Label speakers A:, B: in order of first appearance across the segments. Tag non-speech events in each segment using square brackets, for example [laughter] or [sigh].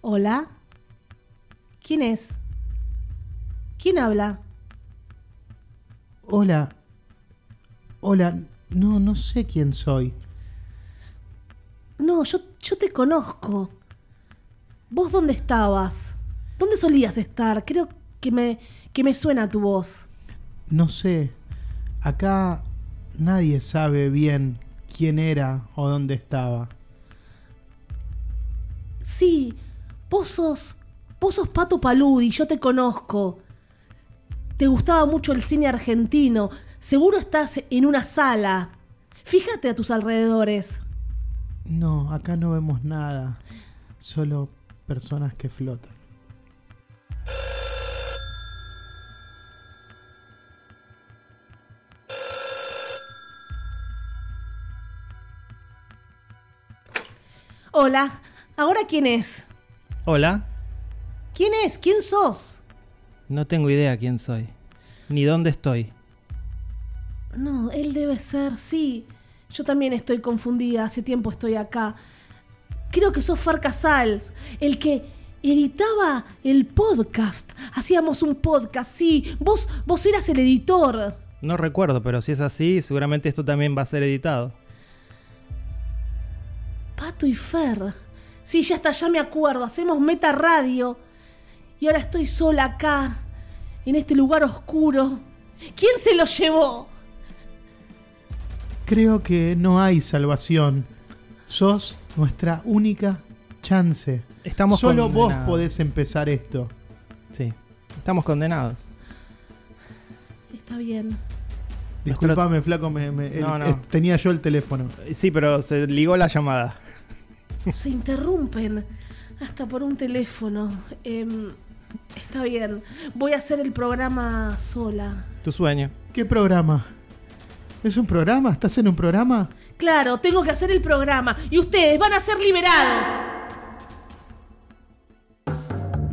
A: Hola. ¿Quién es? ¿Quién habla?
B: Hola. Hola. No, no sé quién soy.
A: No, yo, yo te conozco. ¿Vos dónde estabas? ¿Dónde solías estar? Creo que me, que me suena tu voz.
B: No sé. Acá nadie sabe bien quién era o dónde estaba.
A: Sí, vos sos, vos sos Pato Paludi, yo te conozco. Te gustaba mucho el cine argentino. Seguro estás en una sala. Fíjate a tus alrededores.
B: No, acá no vemos nada. Solo personas que flotan.
A: Hola, ¿ahora quién es?
C: Hola,
A: ¿Quién es? ¿Quién sos?
C: no tengo idea quién soy, ni dónde estoy.
A: No, él debe ser, sí. Yo también estoy confundida, hace tiempo estoy acá. Creo que sos Farca Sals, el que editaba el podcast. Hacíamos un podcast, sí. Vos, vos eras el editor.
C: No recuerdo, pero si es así, seguramente esto también va a ser editado.
A: Pato y Fer. Sí, ya está, ya me acuerdo. Hacemos Meta Radio. Y ahora estoy sola acá, en este lugar oscuro. ¿Quién se lo llevó?
B: Creo que no hay salvación. Sos nuestra única chance.
C: Estamos
B: Solo vos
C: condenados.
B: podés empezar esto.
C: Sí, estamos condenados.
A: Está bien.
B: Disculpame, flaco, me, me- el-
C: No, no.
B: eh, tenía yo el teléfono.
C: Eh, Sí, pero se ligó la llamada.
A: Se interrumpen hasta por un teléfono. Em, está bien. Voy a hacer el programa sola.
C: Tu sueño.
B: ¿Qué programa? ¿Es un programa? ¿Estás en un programa?
A: Claro, tengo que hacer el programa. Y ustedes van a ser liberados.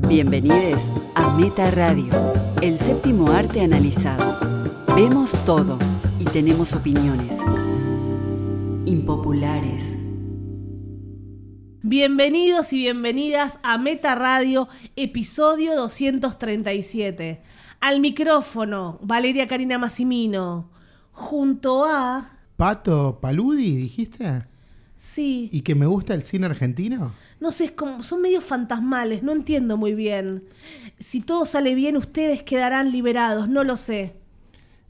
D: Bienvenidos a Meta Radio, el séptimo arte analizado. Vemos todo y tenemos opiniones impopulares.
A: Bienvenidos y bienvenidas a Meta Radio, episodio 237. Al micrófono, Valeria Karina Massimino. Junto a.
B: ¿Pato Paludi, dijiste?
A: Sí,
B: ¿Y que me gusta el cine argentino?
A: no sé, es como, son medios fantasmales, no entiendo muy bien. Si todo sale bien, ustedes quedarán liberados, no lo sé.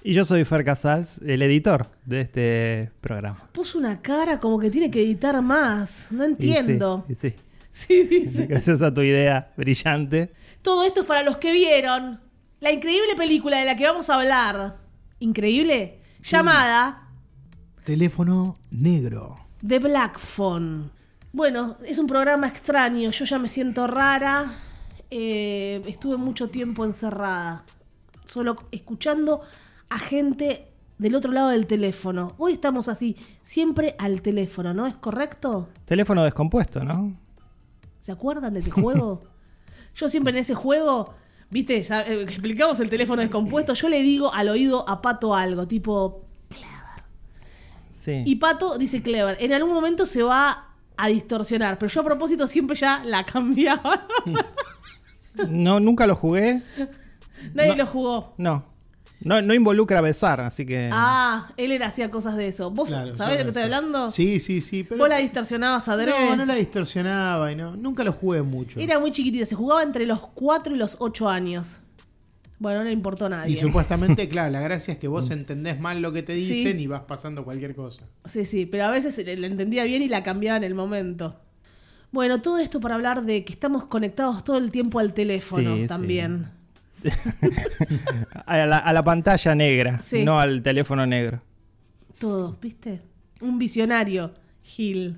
C: Y yo soy Fer Casals, el editor de este programa.
A: Puso una cara como que tiene que editar más, no
C: Y sí,
A: entiendo. [laughs]
C: y sí.
A: Sí, dice.
C: Gracias a tu idea brillante.
A: Todo esto es para los que vieron la increíble película de la que vamos a hablar. Increíble. Llamada
B: Teléfono negro.
A: The Black Phone. Bueno, es un programa extraño. Yo ya me siento rara. Eh, estuve mucho tiempo encerrada. Solo escuchando a gente del otro lado del teléfono. Hoy estamos así, siempre al teléfono, ¿no? ¿Es correcto?
C: Teléfono descompuesto, ¿no?
A: ¿Se acuerdan de este juego? yo siempre en ese juego, viste, sa- eh, que explicamos el teléfono descompuesto, yo le digo al oído a Pato algo, tipo...
C: Sí.
A: Y Pato dice clever, en algún momento se va a distorsionar, pero yo a propósito siempre ya la cambiaba. [laughs]
C: No, nunca lo jugué.
A: Nadie
C: No.
A: lo jugó.
C: No. No, no involucra besar, así que.
A: Ah, él era hacía cosas de eso. ¿Vos
B: Eh. Claro,
A: sabés de lo que estoy
B: eso.
A: hablando?
B: Sí, sí, sí. Pero
A: Vos la distorsionabas a Dre.
B: no, no la distorsionaba y no. Nunca lo jugué mucho.
A: Era muy chiquitita, se jugaba entre los 4 y los 8 años. Bueno, no le importó a nadie. [laughs]
B: Y supuestamente, claro, la gracia es que vos entendés mal lo que te
A: Sí.
B: dicen y vas pasando cualquier cosa.
A: Sí, sí, pero a veces la entendía bien y la cambiaba en el momento. Bueno, todo esto para hablar de que estamos conectados todo el tiempo al teléfono
C: Sí, sí.
A: también.
C: A la, a la pantalla negra,
A: Sí.
C: no al teléfono negro.
A: Todos, ¿viste? Un visionario, Gil.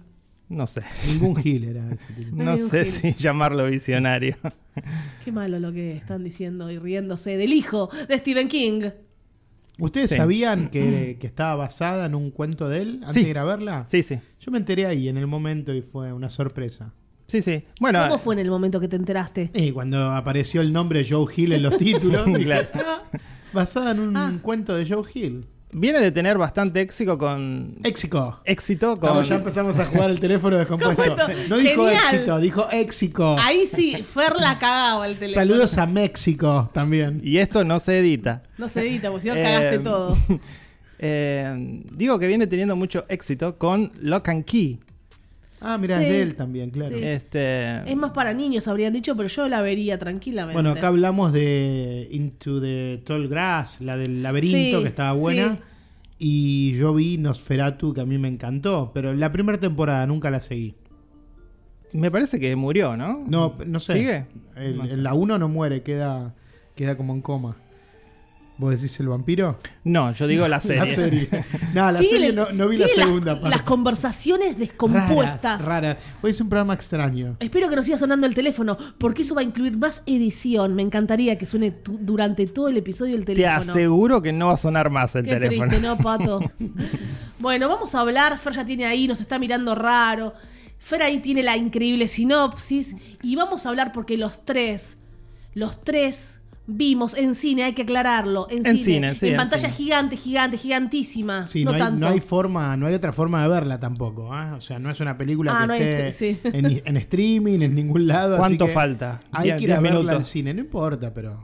C: No sé.
B: Ningún gil era ese tipo.
A: No
C: [laughs] No
A: hay un
C: sé
A: genio.
C: si llamarlo visionario. [laughs]
A: Qué malo lo que están diciendo y riéndose del hijo de Stephen King.
B: ¿Ustedes
C: Sí.
B: sabían que, que estaba basada en un cuento de él antes
C: Sí.
B: de grabarla?
C: Sí, sí.
B: Yo me enteré ahí en el momento y fue una sorpresa.
C: Sí, sí. Bueno,
B: eh.
A: ¿Cómo fue en el momento que te enteraste?
B: Y cuando
C: [laughs]
B: apareció el nombre Joe Hill en los títulos, dije,
C: Claro.
B: "Ah, basada en un
A: Ah.
B: cuento de Joe Hill.
C: Viene de tener bastante éxito con.
B: Éxico.
C: Éxito con.
B: Como ya empezamos a jugar el teléfono descompuesto.
A: Compuesto.
B: No dijo
A: Genial.
B: éxito, dijo éxico.
A: Ahí sí, Fer la cagaba el teléfono.
B: Oh. Saludos a México también.
C: Y esto no se edita.
A: No se edita, porque si no cagaste
C: Eh,
A: todo.
C: [laughs] eh, digo que viene teniendo mucho éxito con Lock and Key.
B: Ah, mira,
A: Sí.
B: es de él también, claro.
A: Sí.
C: Este,
A: Es más para niños, habrían dicho, pero yo la vería tranquilamente.
B: Bueno, acá hablamos de Into the Tall Grass, la del laberinto,
A: Sí,
B: que estaba buena.
A: sí.
B: Y yo vi Nosferatu, que a mí me encantó. Pero la primera temporada nunca la seguí.
C: me parece que murió, ¿no?
B: No, no sé.
C: ¿Sigue?
B: El-
C: No sé.
B: el- La 1 no muere, queda, queda como en coma. ¿Vos decís el vampiro?
C: No, yo digo la
B: [laughs]
C: serie.
B: La serie. No, la
A: Sigue
B: serie
A: le-
B: no, no vi la
A: sigue las-
B: segunda parte.
A: Las conversaciones
B: Raras,
A: descompuestas.
B: Raras. Hoy es un programa extraño.
A: Espero que no siga sonando el teléfono, porque eso va a incluir más edición. Me encantaría que suene tu- durante todo el episodio el
C: Te
A: teléfono.
C: aseguro que no va a sonar más el
A: Qué
C: teléfono.
A: triste, ¿no, Pato? bueno, vamos a hablar. Fer ya tiene ahí, nos está mirando raro. Fer ahí tiene la increíble sinopsis. Y vamos a hablar porque los tres, los tres vimos en cine, hay que aclararlo. En, cine,
C: En cine, sí,
A: En
C: en
A: pantalla
C: cine.
A: gigante, gigante, gigantísima.
B: Sí,
A: no,
B: no, hay,
A: tanto.
B: no hay forma, no hay otra forma de verla tampoco. ¿ah? O sea, no es una película
A: Ah,
B: que
A: no hay
B: esté
A: estre- sí.
B: en, en streaming, en ningún lado. así
C: ¿Cuánto
B: que
C: falta?
B: Hay
C: Diez-
B: que ir a
C: diez
B: verla
C: minutos.
B: al cine, no importa, pero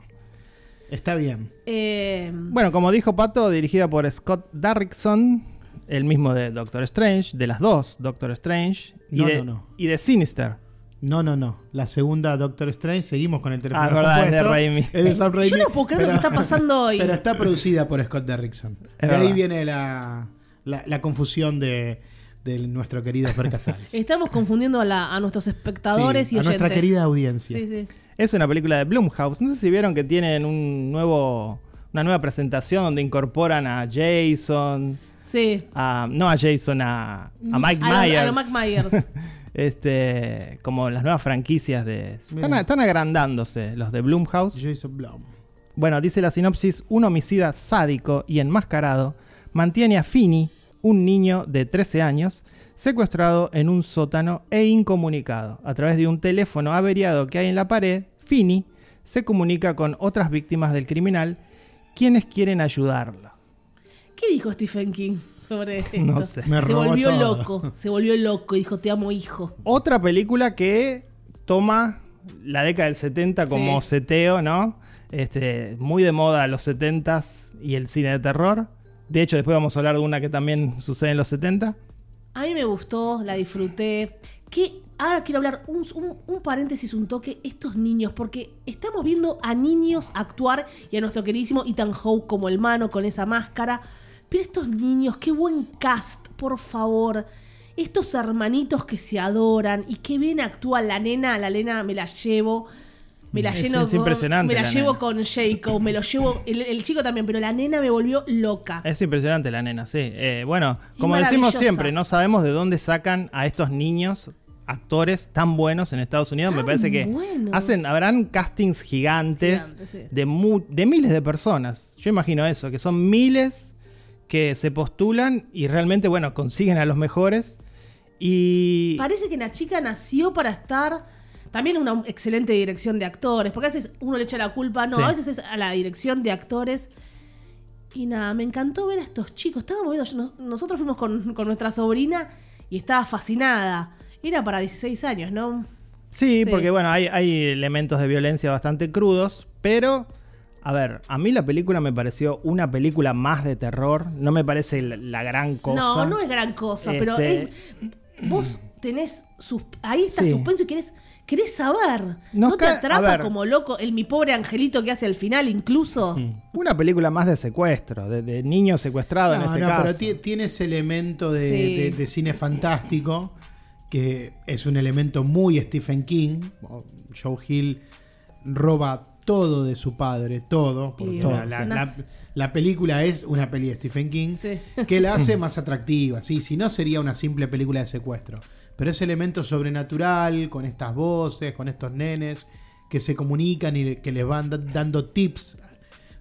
B: está bien.
A: Eh,
C: Bueno, como dijo Pato, dirigida por Scott Derrickson, el mismo de Doctor Strange, de las dos Doctor Strange y,
B: No,
C: de,
B: no, no.
C: y de Sinister.
B: No, no, no. La segunda Doctor Strange, seguimos con el teléfono.
C: Ah, es verdad, es de
B: compuesto.
C: Raimi.
B: Es de Sam Raimi,
A: Yo no puedo creer lo que
B: pero-
A: está pasando hoy.
B: Pero está producida por Scott Derrickson. de ahí
C: verdad.
B: viene la, la, la confusión de, de nuestro querido Fer Casals.
A: Estamos confundiendo a, la- a nuestros espectadores
B: Sí,
A: y
B: a
A: oyentes.
B: nuestra querida audiencia.
A: Sí, sí.
C: Es una película de Blumhouse. No sé si vieron que tienen un nuevo, una nueva presentación donde incorporan a Jason,
A: Sí.
C: a- no a Jason, a, a Mike
A: Mm, A lo- a
C: Myers.
A: lo Mike Myers.
C: este, como las nuevas franquicias de... Están,
B: Mira.
C: están agrandándose los de Blumhouse.
B: Jason Blum.
C: Bueno, dice la sinopsis, un homicida sádico y enmascarado mantiene a Fini, un niño de 13 años, secuestrado en un sótano e incomunicado. A través de un teléfono averiado que hay en la pared, Fini se comunica con otras víctimas del criminal, quienes quieren ayudarlo.
A: ¿Qué dijo Stephen King sobre esto?
C: No sé.
B: Me
A: se
B: robó
A: volvió
B: todo.
A: loco, se volvió loco y dijo, te amo hijo.
C: Otra película que toma la década del 70 como
A: Sí.
C: seteo, ¿no? Este, muy de moda los 70s y el cine de terror. De hecho, después vamos a hablar de una que también sucede en los 70.
A: A mí me gustó, la disfruté. Que ahora quiero hablar un, un- un paréntesis, un toque, estos niños, porque estamos viendo a niños actuar y a nuestro queridísimo Ethan Howe como el mano con esa máscara. Pero estos niños, qué buen cast, por favor. Estos hermanitos que se adoran y qué bien actúa la nena, la nena me la llevo. Me la
C: Es-
A: lleno
C: es
A: con-
C: impresionante
A: Me la,
C: la
A: llevo
C: nena.
A: con Jacob, me lo llevo. El, el chico también, pero la nena me volvió loca.
C: Es impresionante la nena, sí. Eh, bueno,
A: Es
C: como decimos
A: maravillosa.
C: siempre, no sabemos de dónde sacan a estos niños actores tan buenos en Estados Unidos. Me
A: Tan
C: parece que
A: buenos.
C: hacen, habrán castings gigantes
A: Gigantes, sí.
C: de, mu- de miles de personas. Yo imagino eso, que son miles que se postulan y realmente, bueno, consiguen a los mejores. Y
A: Parece que la chica nació para estar. También una excelente dirección de actores, porque a veces uno le echa la culpa, no,
C: Sí.
A: a veces es a la dirección de actores. Y nada, me encantó ver a estos chicos. Estábamos viendo, yo- nos- nosotros fuimos con, con nuestra sobrina y estaba fascinada. Era para 16 años, ¿no?
C: Sí,
A: Sí.
C: porque bueno, hay, hay elementos de violencia bastante crudos, pero, a ver, a mí la película me pareció una película más de terror, no me parece la, la gran cosa.
A: No, no es gran cosa, pero
C: Este-
A: es- vos tenés. sus- ahí está
C: Sí.
A: suspenso y querés, querés saber.
C: Nos
A: no te
C: ca- a
A: atrapa
C: ver.
A: como loco el mi pobre angelito que hace al final, incluso.
C: Mm. Una película más de secuestro, de, de niño secuestrado en
B: No,
C: este
B: no,
C: caso.
B: pero ti- tiene ese elemento de,
A: Sí.
B: de- de cine fantástico, que es un elemento muy Stephen King. O- Joe Hill roba todo de su padre, todo, porque
A: Y
B: la-
A: bueno,
B: la,
A: son
B: la-
A: unas-
B: la película es una peli de Stephen King
A: Sí.
B: que la
C: [laughs]
B: hace más atractiva, sí, si no sería una simple película de secuestro. Pero ese elemento sobrenatural, con estas voces, con estos nenes que se comunican y que les van da- dando tips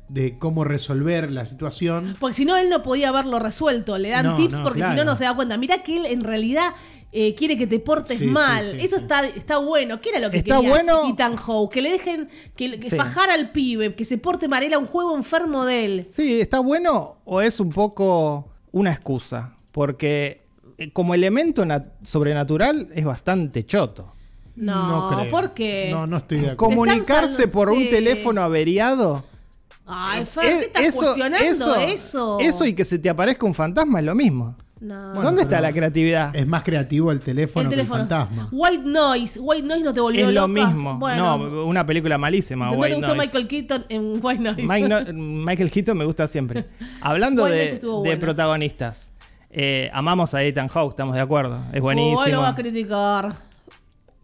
B: de cómo resolver la situación.
A: Porque si no, él no podía haberlo resuelto. Le dan
B: No,
A: tips
B: no,
A: porque si
B: claro.
A: no, no se da cuenta. Mirá que él en realidad eh, quiere que te portes
B: Sí, sí,
A: mal.
B: sí,
A: Eso
B: sí.
A: Está, está bueno. ¿Qué era lo que
C: Está
A: quería
C: bueno-
A: Ethan Howe? Que le dejen que, que
C: Sí.
A: fajar al pibe, que se porte mal. Era un juego enfermo de él.
C: Sí, ¿está bueno o es un poco una excusa? Porque eh, como elemento nat- sobrenatural es bastante choto.
A: No, ¿por qué?
B: No, no estoy de acuerdo.
C: Comunicarse
A: salvando-
C: por
A: sí.
C: un teléfono averiado.
A: Ay, Fer,
C: eh,
A: ¿qué estás cuestionando eso? Eso,
C: eso y que se te aparezca un fantasma es lo mismo.
A: No.
B: Bueno,
C: ¿Dónde está
B: pero-
C: la creatividad?
B: Es más creativo el teléfono,
A: el teléfono.
B: que el fantasma.
A: White Noise. White Noise no te volvió
C: Es lo
A: locas?
C: mismo.
A: Bueno,
C: no, una película malísima.
A: ¿No
C: White
A: te gustó
C: Noise.
A: Michael Keaton en White Noise?
C: Mike
A: [laughs]
C: No- mm, Michael Keaton me gusta siempre. Hablando
A: Bueno,
C: de,
A: ese estuvo
C: de
A: bueno.
C: protagonistas, eh, amamos a Ethan Hawke, estamos de acuerdo. Es
A: Vos Oh, lo
C: buenísimo.
A: vas a criticar.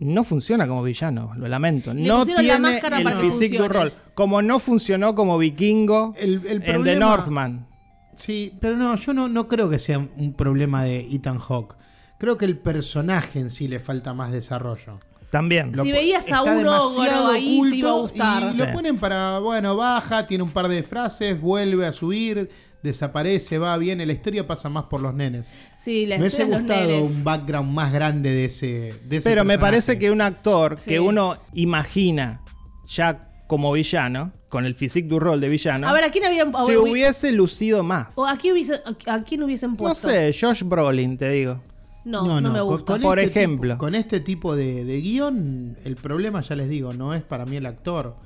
C: No funciona como villano, lo lamento.
A: Le
C: no
A: pusieron la
C: tiene
A: máscara
C: el
A: para que
C: physique du
A: funcione.
C: rol. Como no funcionó como vikingo
B: El- el
C: en The
B: problema-
C: Northman.
B: Sí, pero no, yo no, no creo que sea un problema de Ethan Hawke. Creo que el personaje en sí le falta más desarrollo.
C: También.
A: Si
B: Lo-
A: veías a
B: está
A: un ogro
B: demasiado
A: ahí, te
B: oculto
A: iba a gustar.
B: Y
C: Sí.
B: lo ponen para, bueno, baja, tiene un par de frases, vuelve a subir, desaparece, va, viene. La historia pasa más por los nenes.
A: Sí, la
B: me hubiese
A: escena de los
B: gustado
A: nenes.
B: un background más grande de ese. de ese
C: Pero me
B: personaje.
C: parece que un actor
A: Sí.
C: que uno imagina ya como villano, con el physique du rol de villano,
A: A ver, ¿a quién habían... a
C: se
A: ver, hubi-
C: hubiese lucido más.
A: o ¿A quién, hubiese- ¿A quién hubiesen
C: No
A: puesto?
C: sé, Josh Brolin, te digo.
A: No, no, me
B: con-
A: gusta.
B: con
C: Por
B: este
C: ejemplo.
B: tipo- con este tipo de, de guión, el problema, ya les digo, no es para mí el actor.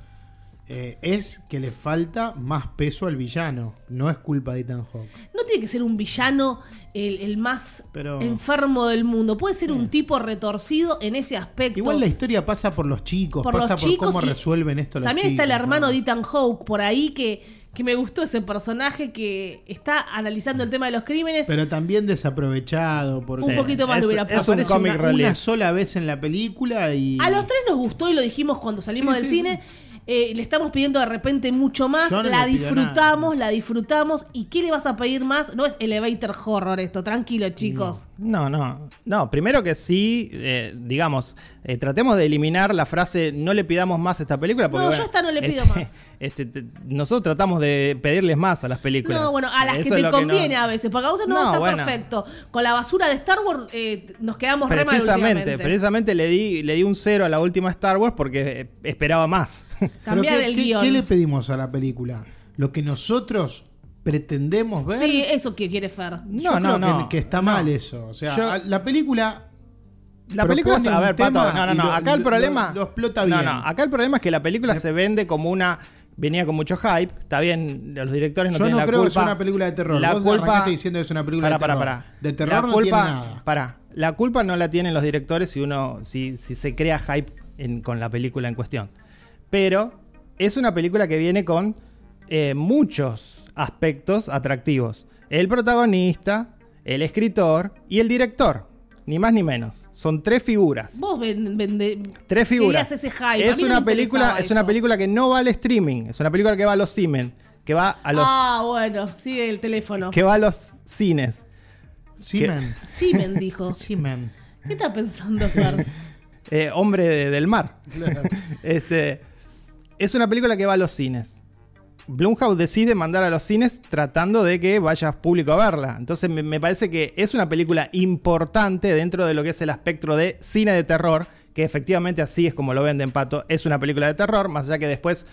B: Eh, es que le falta más peso al villano. No es culpa de Ethan Hawke.
A: No tiene que ser un villano el, el más
B: Pero-
A: enfermo del mundo. Puede ser un tipo retorcido en ese aspecto.
B: Igual la historia pasa por los chicos,
A: Por los
B: pasa por
A: chicos
B: cómo
A: y-
B: resuelven esto los
A: También está el
B: chicos,
A: hermano
B: ¿no?
A: de Ethan Hawke por ahí que, que me gustó ese personaje que está analizando el tema de los crímenes.
B: Pero también desaprovechado porque
A: Un poquito más
C: es,
A: lo hubiera
C: es un
A: puesto.
B: aparece
C: comic
B: una,
C: relief.
B: una sola vez en la película y
A: A los tres nos gustó y lo dijimos cuando salimos
B: Sí,
A: del
B: sí,
A: cine. Eh, le estamos pidiendo de repente mucho más.
B: Yo no
A: la
B: le pido
A: disfrutamos, la disfrutamos. ¿Y qué le vas a pedir más? No es elevator horror esto, tranquilo chicos.
C: No, no. No, primero que sí, eh, digamos, eh, tratemos de eliminar la frase no le pidamos más a esta película. Porque,
A: No,
C: bueno,
A: yo esta no le pido
C: este-
A: más.
C: [laughs] este, te- nosotros tratamos de pedirles más a las películas.
A: No, bueno, a las
C: Eso
A: que
C: es
A: te
C: lo no-
A: conviene a veces, porque a vos no,
C: No,
A: está
C: bueno.
A: perfecto. Con la basura de Star Wars eh, nos quedamos re mal
C: Precisamente,
A: últimamente.
C: precisamente le di, le di un cero a la última Star Wars porque eh, esperaba más.
B: Pero
A: Cambiar
B: ¿qué-
A: el
B: qué-
A: guión.
B: ¿Qué le pedimos a la película? Lo que nosotros pretendemos ver.
A: Sí, eso que quiere Fer.
B: [laughs]
C: No,
B: Yo
C: no,
B: creo
C: no.
B: Que, que está
C: No.
B: mal eso. O sea,
C: Yo-
B: a- la película.
C: La película es,
B: propone
C: a
B: un
C: ver, Pato,
B: tema
C: no, no,
B: y
C: no,
B: lo-
C: acá el
B: lo-
C: problema
B: lo- lo explota
C: No,
B: bien.
C: no, acá el problema es que la película se vende como una venía con mucho hype, está bien, los directores no
B: Yo
C: tienen
B: no
C: la
B: creo que
C: culpa.
B: sea una película de terror.
C: La
B: Vos
C: culpa
B: arrancaste diciendo que es una película
C: Pará,
B: de
C: pará,
B: terror.
C: pará.
B: De terror
C: la
B: no
C: culpa,
B: tiene nada.
C: pará. la culpa no la tienen los directores si uno si, si se crea hype en- con la película en cuestión. Pero es una película que viene con eh, muchos aspectos atractivos. El protagonista, el escritor y el director, ni más ni menos. Son tres figuras.
A: Vos ven- vende-
C: Tres figuras.
A: Querías ese hype. A
C: Es
A: mí no
C: una
A: me
C: película,
A: interesaba
C: es una
A: eso.
C: película que no va al streaming, es una película que va a los cimen, que va a los
A: Ah, bueno, sigue el teléfono.
C: que va a los cines.
B: Seaman.
A: Simen
B: [laughs]
A: dijo.
B: Seaman.
A: ¿Qué está pensando Fer?
C: Eh, hombre de- del mar. [laughs] este, es una película que va a los cines. Blumhouse decide mandar a los cines tratando de que vaya público a verla. Entonces me, me parece que es una película importante dentro de lo que es el espectro de cine de terror, que efectivamente así es como lo venden Pato. Es una película de terror, más allá que después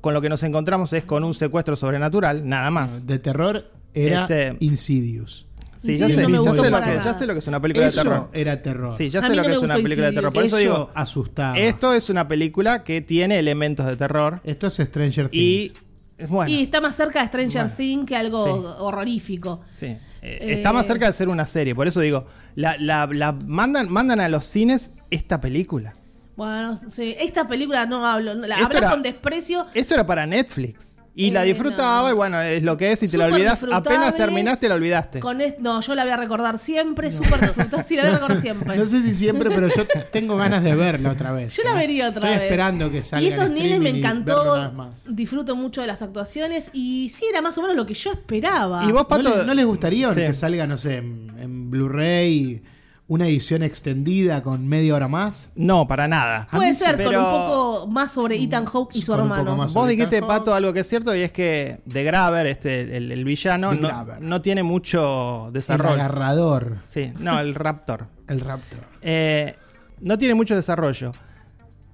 C: con lo que nos encontramos es con un secuestro sobrenatural, nada más.
B: De terror era
C: Este-
B: Insidious.
C: Sí,
A: Sí,
C: ya,
B: no
C: sé,
B: me
C: ya
B: gustó
C: sé lo
B: para
C: que, ya
A: nada. eh,
C: sé lo que es una película de terror.
B: Eso era terror.
C: Sí, ya
A: A
C: sé
A: mí no
C: lo que
A: me
C: es una
A: gustó
C: película de terror. Por
B: Eso
C: eso digo,
B: asustaba. Esto,
C: esto es una película que tiene elementos de terror
B: esto es Stranger
C: y
B: Things.
C: es bueno.
A: y está más cerca de Stranger Things que algo
C: Sí.
A: horrorífico.
C: sí. Eh, está más cerca de ser una serie, por eso digo, la, la- la mandan, mandan a los cines esta película.
A: Bueno, sí, esta película no hablo. no, La
C: Esto
A: hablas
C: era-
A: con desprecio.
C: Esto era para Netflix. Y
A: Eh,
C: la disfrutaba,
A: no.
C: y bueno, es lo que es, y te la
A: Súper
C: olvidás. Apenas
A: disfrutable.
C: terminaste, la olvidaste.
A: Con es- no, yo la voy a recordar siempre, súper disfrutada. Sí, la voy a
B: [laughs]
A: recordar siempre.
B: No sé si siempre, pero yo tengo ganas de verla otra vez.
A: Yo la vería otra
B: Estoy
A: vez.
B: esperando que salga.
A: Y
B: en
A: esos nenes me
B: streaming y verlo una
A: encantó.
B: vez más.
A: Disfruto mucho de las actuaciones. Y sí, era más o menos lo que yo esperaba.
C: Y vos, Pato.
B: ¿No, les, no les gustaría
C: Sí.
B: que salga, no sé, en, en Blu-ray una edición extendida con media hora más.
C: No, para nada.
B: A
A: Puede
B: mí mm,
A: ser,
C: sí,
A: con
C: pero-
A: un poco más sobre Ethan Hawke y su
B: Con un poco
A: hermano.
B: más.
C: Vos
B: sobre
C: dijiste,
B: Ethan Hawke.
C: Pato, algo que es cierto y es que De Graver, este, el, el villano,
B: De
C: no,
B: Graver.
C: no tiene mucho
B: El
C: desarrollo.
B: agarrador,
C: Sí, no, el Raptor.
B: el raptor.
C: Eh, no tiene mucho desarrollo.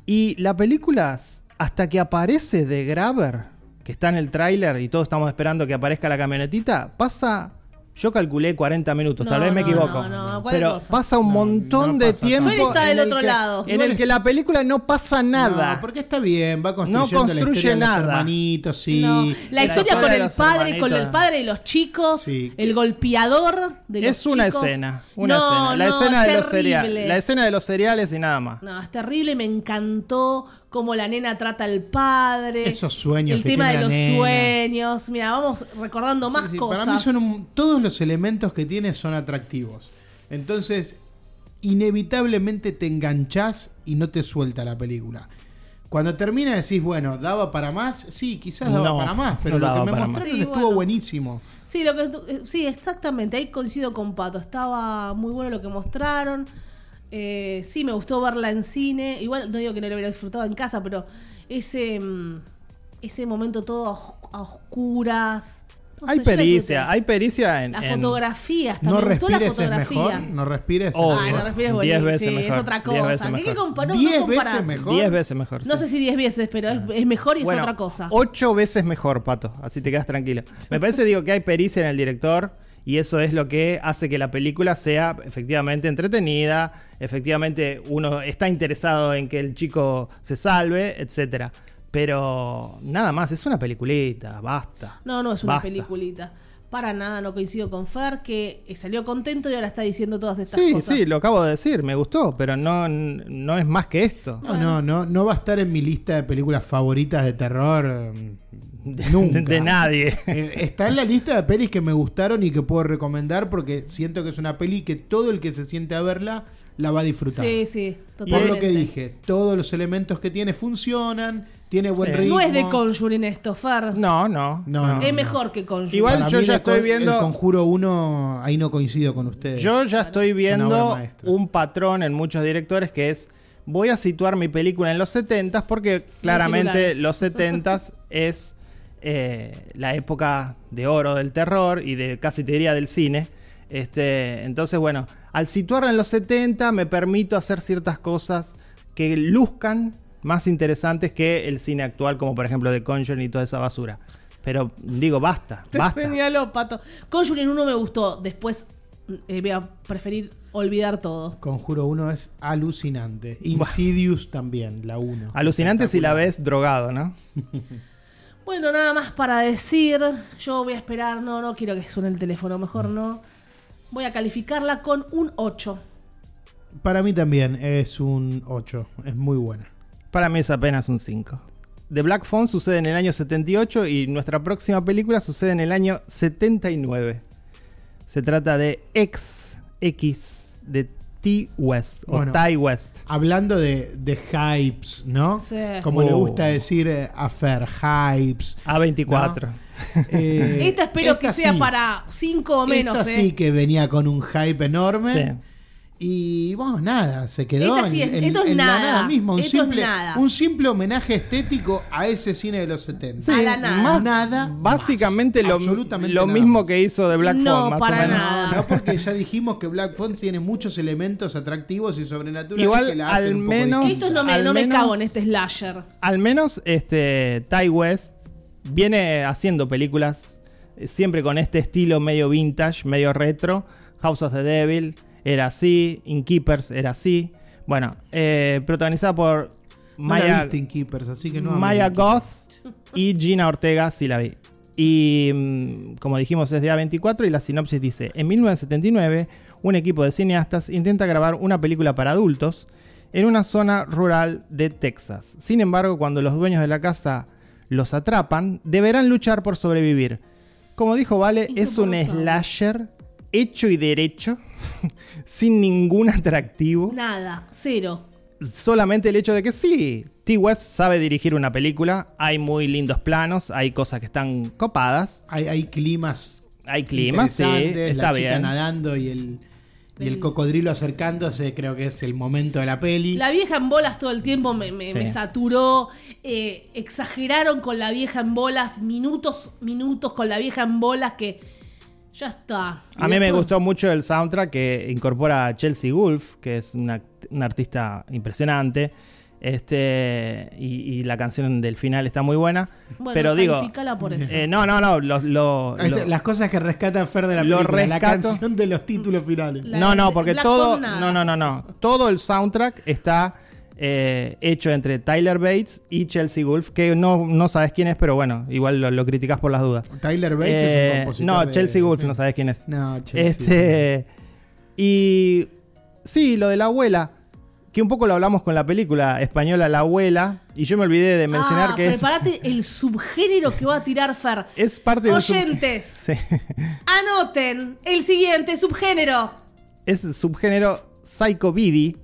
C: Y la película, hasta que aparece de Graver, que está en el tráiler y todos estamos esperando que aparezca la camionetita, pasa, yo calculé 40 minutos, tal
A: No,
C: vez me
A: no,
C: equivoco.
A: no, no, cualquier
C: pero
A: cosa.
C: pasa un
B: No,
C: montón
B: no
C: de
B: pasa tanto.
C: tiempo.
A: Feli está
C: en
A: del
C: el
A: otro
C: que-
A: lado.
C: En el que la película no pasa nada.
B: No, porque está bien, va construyendo la
C: construye
B: historia de
C: nada.
B: los hermanitos, sí.
A: No,
C: La
A: La historia
C: historia
A: con
C: de
A: el
C: los
A: padre, con el
C: hermanitos.
A: padre y los chicos,
B: Sí.
A: el golpeador de los
C: es una
A: chicos.
C: escena, una
A: No,
C: escena. La
A: no,
C: escena
A: es
C: de los
A: terrible.
C: cereales. La escena de los cereales y nada más.
A: No, es terrible, me encantó cómo la nena trata al padre.
B: Esos sueños
A: El
B: que
A: tema de
B: tiene la
A: los
B: nena.
A: sueños. Mira, vamos recordando
B: Sí,
A: más
B: sí,
A: cosas.
B: Para mí son un- todos los elementos que tiene son atractivos. Entonces, inevitablemente te enganchás y no te suelta la película. Cuando termina decís, bueno, ¿daba para más? Sí, quizás daba
C: No,
B: para más, pero
C: no
B: lo
C: daba
B: que me
C: para más.
B: mostraron
A: Sí,
B: estuvo
A: bueno.
B: buenísimo.
A: Sí, lo que tú- eh, sí, exactamente. Ahí coincido con Pato. Estaba muy bueno lo que mostraron. Eh, sí, me gustó verla en cine. Igual no digo que no lo hubiera disfrutado en casa, pero ese mm, ese momento todo a, os- a oscuras. No
C: hay
A: sé, yo la
C: pericia,
A: disfruté.
C: hay pericia en.
A: La
C: en-
A: fotografía, hasta
B: No
A: me gustó la
B: respires es
A: fotografía.
B: mejor. No respires.
C: Obvio.
A: Ay, no respires
C: Diez
A: bonito.
C: veces
A: Sí,
C: mejor,
A: es otra
C: diez veces
A: cosa. ¿Qué, qué
C: mejor.
A: compa- no-
B: Diez
A: no
B: veces
A: comparás.
B: mejor.
C: Diez veces mejor. Ah.
A: No
C: sí.
A: sé si 10 veces, pero es, es mejor y
C: Bueno,
A: es otra cosa.
C: Ocho veces mejor, Pato. Así te quedas tranquilo. Me parece, digo, que hay pericia en el director. Y eso es lo que hace que la película sea efectivamente entretenida. Efectivamente, uno está interesado en que el chico se salve, etcétera. Pero nada más, es una peliculita, basta.
A: No, no, es una
C: Basta.
A: peliculita. Para nada no coincido con Fer, que eh, salió contento y ahora está diciendo todas estas
C: Sí,
A: cosas.
C: sí, lo acabo de decir, me gustó, pero no, no es más que esto.
B: No, no, no, no va a estar en mi lista de películas favoritas de terror.
C: De,
A: [laughs]
B: mm, Nunca.
C: de nadie.
B: Eh, Está en la lista de pelis que me gustaron y que puedo recomendar porque siento que es una peli que todo el que se siente a verla la va a disfrutar.
A: Sí, sí,
B: Por
A: totalmente.
B: lo que dije, todos los elementos que tiene funcionan, tiene buen
C: Sí.
B: ritmo.
A: No es de Conjuring esto, Fer.
C: No, no.
B: No, no.
A: es mejor que Conjuring. [laughs]
C: Igual
B: Para
C: yo
B: mí
C: ya
B: de
C: estoy
B: Con-
C: viendo-
B: El conjuro 1, ahí no coincido con ustedes.
C: Yo ya estoy
B: Una
C: viendo
B: obra maestra.
C: un patrón en muchos directores que es voy a situar mi película en los 70 porque claramente
A: celulares.
C: los 70 es eh, la época de oro del terror y de casi te diría del cine. Este, entonces, bueno, al situarla en los 70 me permito hacer ciertas cosas que luzcan más interesantes que el cine actual, como por ejemplo The Conjuring y toda esa basura. Pero digo, basta,
A: Te
C: basta.
A: señaló, Pato. Conjuring 1 me gustó, después eh, voy a preferir olvidar todo.
B: Conjuro 1 es alucinante. Insidious también, la 1.
C: Alucinante si la ves drogado, ¿no?
A: Bueno, nada más para decir. Yo voy a esperar, no, no quiero que suene el teléfono, mejor no. Voy a calificarla con un 8.
B: Para mí también es un 8. Es muy buena.
C: Para mí es apenas un 5. The Black Phone sucede en el año 78 y nuestra próxima película sucede en el año 79. Se trata de X, X de T West o
B: Bueno.
C: Ty West.
B: Hablando de, de hypes, ¿no?
A: Sí.
B: Como le
C: Oh.
B: gusta decir eh, a Fer, hypes.
C: A24. [laughs]
B: Eh,
A: Esta espero que
B: esta
A: sea
B: sí.
A: para 5 o menos,
B: Esta
A: eh.
B: sí que venía con un hype enorme.
C: Sí.
B: Y bueno, nada, se quedó
A: Esta
B: en,
A: sí es-
B: en-
A: esto es
B: en la
A: nada,
B: nada misma. Un,
A: esto es
B: simple,
A: nada.
B: un simple homenaje estético a ese cine de los 70.
A: Sí, A la nada.
B: Más nada.
C: Básicamente
B: más.
C: lo,
B: Absolutamente
C: lo
B: nada
C: mismo
B: más.
C: que hizo The Black
A: No,
C: Phone, más
A: para
C: o menos.
A: nada.
B: No, porque ya dijimos que Black Font tiene muchos elementos atractivos y sobrenaturales
C: Igual,
B: que la hacen
C: al
B: un poco
C: menos-
B: distinta.
A: Eso no me,
C: Al
A: no me
C: menos-
A: cago en este slasher.
C: Al menos este Ty West viene haciendo películas eh, siempre con este estilo medio vintage, medio retro. House of the Devil era así, Innkeepers era así. Bueno, eh, protagonizada
B: No
C: por
B: la
C: Maya,
B: viste en Keepers, así que no hables.
C: Maya Goth y Gina Ortega, sí la vi. Y mm, como dijimos es de A24 y la sinopsis dice, en 1979 un equipo de cineastas intenta grabar una película para adultos en una zona rural de Texas. Sin embargo, cuando los dueños de la casa los atrapan, deberán luchar por sobrevivir. Como dijo Vale, es un
A: Insoportable.
C: slasher hecho y derecho, [laughs] sin ningún atractivo
A: Nada, cero.
C: solamente el hecho de que sí, T. West sabe dirigir una película, hay muy lindos planos, hay cosas que están copadas,
B: Hay, hay climas.
C: hay clima, sí,
B: interesantes,
C: está
B: la chica
C: bien.
B: nadando y el, Y el cocodrilo acercándose, creo que es el momento de la peli.
A: La vieja en bolas todo el tiempo me, me-
C: Sí.
A: me saturó. eh, exageraron con la vieja en bolas, minutos, minutos con la vieja en bolas que ya está.
C: A mí me gustó mucho el soundtrack que incorpora a Chelsea Wolf, que es una, una artista impresionante. Este, y, y la canción del final está muy buena.
A: Bueno,
C: pero digo.
A: califícala por eso.
C: eh, no, no, no. Lo, lo-
B: Ahí está,
C: lo-
B: Las cosas que rescata Fer de la
C: Lo
B: película, la
C: rescato.
B: canción de los títulos finales.
A: La-
C: no, no, porque
A: Black
C: todo.
A: Phone nada.
C: No, no, no, no. Todo el soundtrack está eh, hecho entre Tyler Bates y Chelsea Wolf, que no, no sabes quién es, pero bueno, igual lo, lo criticas por las dudas.
B: Tyler Bates es un
C: Eh,
B: compositor.
C: no,
B: de-
C: Chelsea Wolf, no sabes quién es.
B: No, Chelsea.
C: Este. Y. Sí, lo de la abuela. Que un poco lo hablamos con la película española La abuela. Y yo me olvidé de mencionar
A: Ah,
C: que es,
A: prepárate el subgénero que va a tirar Fer.
C: [laughs] es parte de.
A: Oyentes,
C: [laughs] Sí.
A: anoten el siguiente subgénero.
C: es el subgénero Psycho Bidi,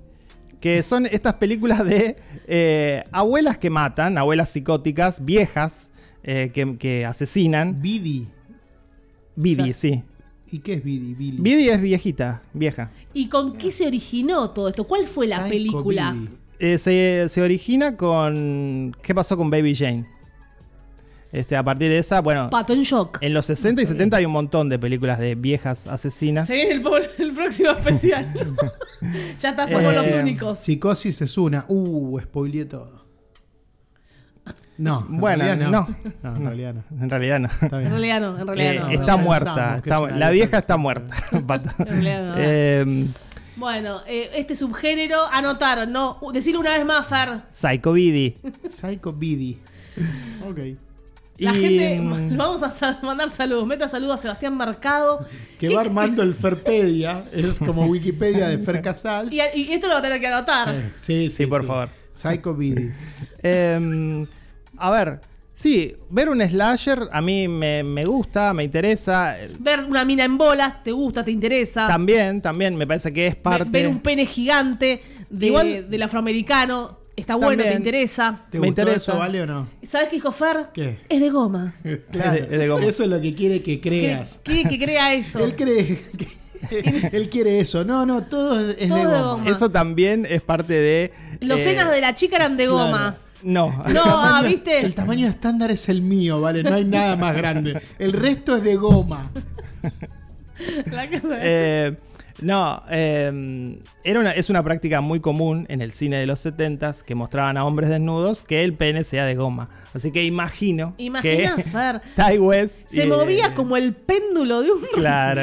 C: que son estas películas de eh, abuelas que matan, abuelas psicóticas, viejas, eh, que, que asesinan.
B: Bidi.
C: Bidi,
B: Sa-
C: sí.
B: ¿Y qué es Bidi? Billy.
C: Bidi es viejita, vieja.
A: ¿Y con qué se originó todo esto? ¿Cuál fue la
B: Psycho
A: película?
B: Bidi.
C: Eh, se, se origina con. ¿Qué pasó con Baby Jane? Este, a partir de esa, bueno.
A: Pato en shock.
C: En los 60 y 70 hay un montón de películas de viejas asesinas.
A: Se viene el, po- el próximo
C: [laughs]
A: especial. ya está, somos
C: Eh,
A: los únicos.
B: Psicosis es una. Uh, spoileé todo. No. en
C: Bueno,
B: realidad
C: no.
B: No, en realidad no.
C: En realidad no.
B: Está
A: En
B: bien.
A: realidad no, en
C: Eh,
A: realidad no.
C: está
B: no.
C: muerta.
B: Pensamos que
C: está-
B: es una vieja
C: la vieja está
B: asesina.
C: muerta. [laughs] Pato.
A: En realidad no.
C: Eh,
A: Bueno, eh, este subgénero anotaron, ¿no? Uh, Decirlo una vez más, Fer.
C: Psycho Bidi.
B: Psycho Bidi. Ok.
A: [laughs] La
C: Y,
A: gente, [laughs]
C: mm,
A: vamos a sa- mandar saludos. Meta saludos a Sebastián Mercado.
C: [laughs]
B: Que va armando el Ferpedia. Es como Wikipedia de Fer Casals.
A: Y, y esto lo va a tener que anotar.
B: Eh, Sí, sí,
C: Sí, por favor.
B: Psycho Bidi.
C: Eh, a ver, sí, ver un slasher a mí me, me gusta, me interesa.
A: Ver una mina en bolas, te gusta, te interesa.
C: También, también me parece que es
A: Ve-
C: parte.
A: Ah. Ver un pene gigante de-
C: Igual-
A: del afroamericano, está bueno, te
C: También.
A: interesa.
B: ¿Te
C: Me
B: gustó
C: interesa.
B: eso, vale o no?
A: ¿Sabes qué dijo Fer?
B: ¿Qué?
A: Es de goma.
B: Claro,
C: [laughs] es de goma.
B: Eso es lo que quiere que
A: ¿Qué,
B: creas.
A: qué- que crea
C: [laughs]
A: eso?
B: Él cree
A: [laughs]
B: que- él quiere eso. No, no, todo es
A: Todo
B: de
A: de
B: goma.
A: goma.
C: Eso también es parte de.
A: Los
C: eh,
A: cenas de la chica eran de goma. [laughs]
C: No.
A: No,
C: [laughs]
A: ah, ¿viste?
B: El tamaño estándar es el mío, ¿vale? No hay nada más grande. El resto es de goma.
A: La casa-
C: Eh, no, eh, era una, es una práctica muy común en el cine de los 70s que mostraban a hombres desnudos que el pene sea de goma. Así que imagino
A: Imagina,
C: que
A: Fer.
C: [laughs] Ty West
A: Se
C: eh,
A: movía como el péndulo de un,
C: Claro,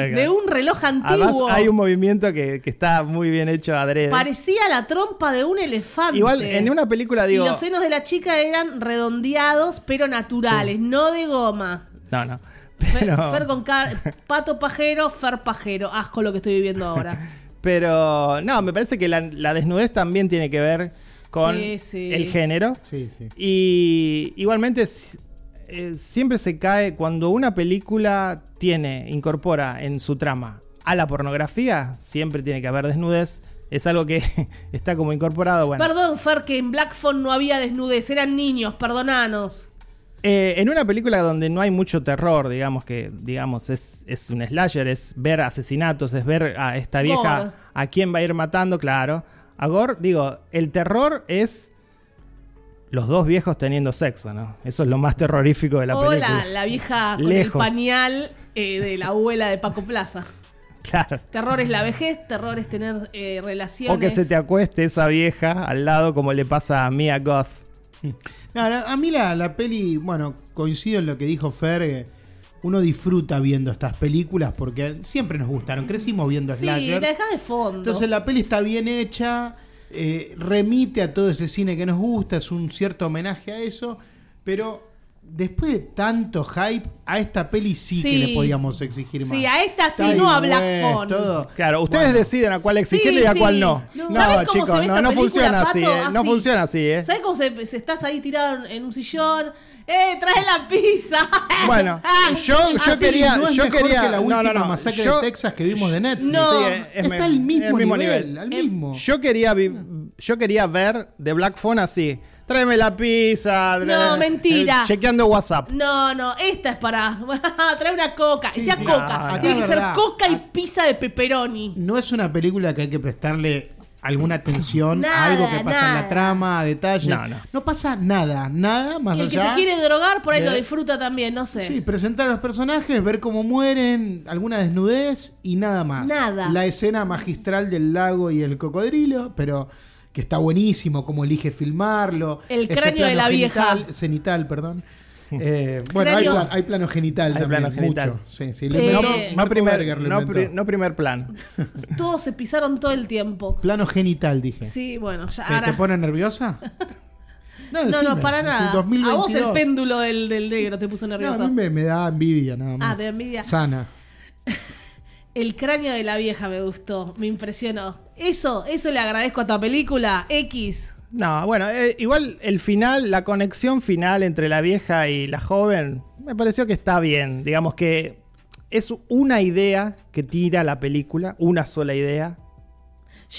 A: [laughs] de
C: claro.
A: un reloj
C: Además,
A: antiguo.
C: hay un movimiento que, que está muy bien hecho adrede.
A: Parecía la trompa de un elefante.
C: Igual en una película digo.
A: Y los senos de la chica eran redondeados, pero naturales, no de goma.
C: No, no.
A: Fer,
C: [laughs] Pero,
A: Fer con
C: [laughs]
A: ca- pato pajero, Fer pajero. Asco lo que estoy viviendo ahora.
C: pero no, me parece que la, la desnudez también tiene que ver con
A: Sí, sí.
C: el género.
B: Sí, sí.
C: Y igualmente s- eh, siempre se cae cuando una película tiene, incorpora en su trama a la pornografía, siempre tiene que haber desnudez. Es algo que [laughs] está como incorporado. [laughs] Bueno,
A: Perdón, Fer, que en Black Phone no había desnudez, eran niños, perdonanos.
C: Eh, en una película donde no hay mucho terror, digamos que digamos es, es un slasher, es ver asesinatos, es ver a esta vieja
A: Gore.
C: a quién va a ir matando, claro. A Gore, digo, el terror es los dos viejos teniendo sexo, ¿no? Eso es lo más terrorífico de la
A: o
C: película.
A: la, la vieja con
C: Lejos.
A: el pañal eh, de la abuela de Paco Plaza.
C: [laughs] Claro.
A: Terror es la vejez, terror es tener eh, relaciones.
C: O que se te acueste esa vieja al lado como le pasa a Mia Goth.
B: No, la- a mí la, la peli, bueno, coincido en lo que dijo Fer. eh, Uno disfruta viendo estas películas porque siempre nos gustaron. Crecimos viendo
A: Sí,
B: slashers.
A: la dejás de fondo.
B: Entonces la peli está bien hecha, eh, remite a todo ese cine que nos gusta, es un cierto homenaje a eso, pero después de tanto hype, a esta peli sí, que
A: Sí.
B: le podíamos exigir más.
A: Sí, a esta sí,
B: Está
A: no a
B: bien,
A: Black
B: güey,
A: Phone.
B: todo.
C: Claro, ustedes
B: Bueno,
C: deciden a cuál exigirle y a
A: sí.
C: cuál no.
A: No.
C: No,
A: ¿Sabes cómo se
C: chicos,
A: ve
C: no,
A: esta
C: no
A: película,
C: funciona así,
A: Pato?
C: ¿eh? No
A: Así.
C: funciona así, ¿eh?
A: ¿Sabes cómo se, se estás ahí tirado en un sillón? ¡Eh, trae la pizza! [laughs]
C: Bueno, eh,
A: Ah,
C: yo, yo
B: así
C: quería.
B: no es
C: yo
B: mejor
C: quería.
B: que la última
C: no, no, no.
B: masacre
C: yo,
B: de Texas que vimos de Netflix.
A: No.
C: es- es me-
B: Está al mismo,
C: el mismo
B: nivel, al
A: Eh,
B: mismo.
C: Yo quería, vi- yo quería ver The Black Phone así. Tráeme la pizza. tráeme-
A: No, mentira.
C: eh, Chequeando WhatsApp.
A: No, no, esta es para. [laughs] Trae una coca.
B: Sí,
A: sea
B: sí,
A: coca.
B: acá
A: Tiene
B: es
A: que ser
B: verdad.
A: coca y
B: Acá-
A: pizza de pepperoni.
B: No es una película que hay que prestarle alguna atención
A: Nada,
B: a algo que pasa en
A: nada.
B: la trama, a detalles.
C: No, no.
B: pasa nada, nada más
A: Y el que se
B: allá.
A: quiere drogar por ahí
B: de-
A: lo disfruta también, no sé.
B: Sí, presentar a los personajes, ver cómo mueren, alguna desnudez y nada más.
A: Nada.
B: La escena magistral del lago y el cocodrilo, pero que está buenísimo cómo elige filmarlo.
A: El
B: Ese
A: cráneo de
B: plano
A: la vieja.
B: genital- Cenital,
C: [laughs]
B: perdón. Eh, bueno, hay,
A: Cráneo.
B: plan- hay plano genital
C: Hay
B: también,
C: plano genital.
B: mucho. Sí, sí,
A: Eh,
B: inventó
A: No-
B: Marco
C: No primer,
B: Berger lo
C: no
B: inventó.
C: pri- no primer plan.
A: Todos se pisaron todo el tiempo.
B: Plano genital, dije.
A: Sí, bueno, ya
B: ¿Te, te
A: ahora.
B: pone
A: [laughs]
B: nerviosa?
A: No, no,
B: decime,
A: para
B: es el
A: nada. A vos el
B: 2022.
A: péndulo del, del negro te puso
B: No, a
A: nervioso.
B: mí me, me da envidia nada más.
A: Ah, de envidia.
B: Sana.
A: El cráneo de la vieja me gustó, me impresionó. Eso, eso le agradezco a esta película. X.
C: No, bueno, eh, igual el final, la conexión final entre la vieja y la joven, me pareció que está bien. Digamos que es una idea que tira la película, una sola idea.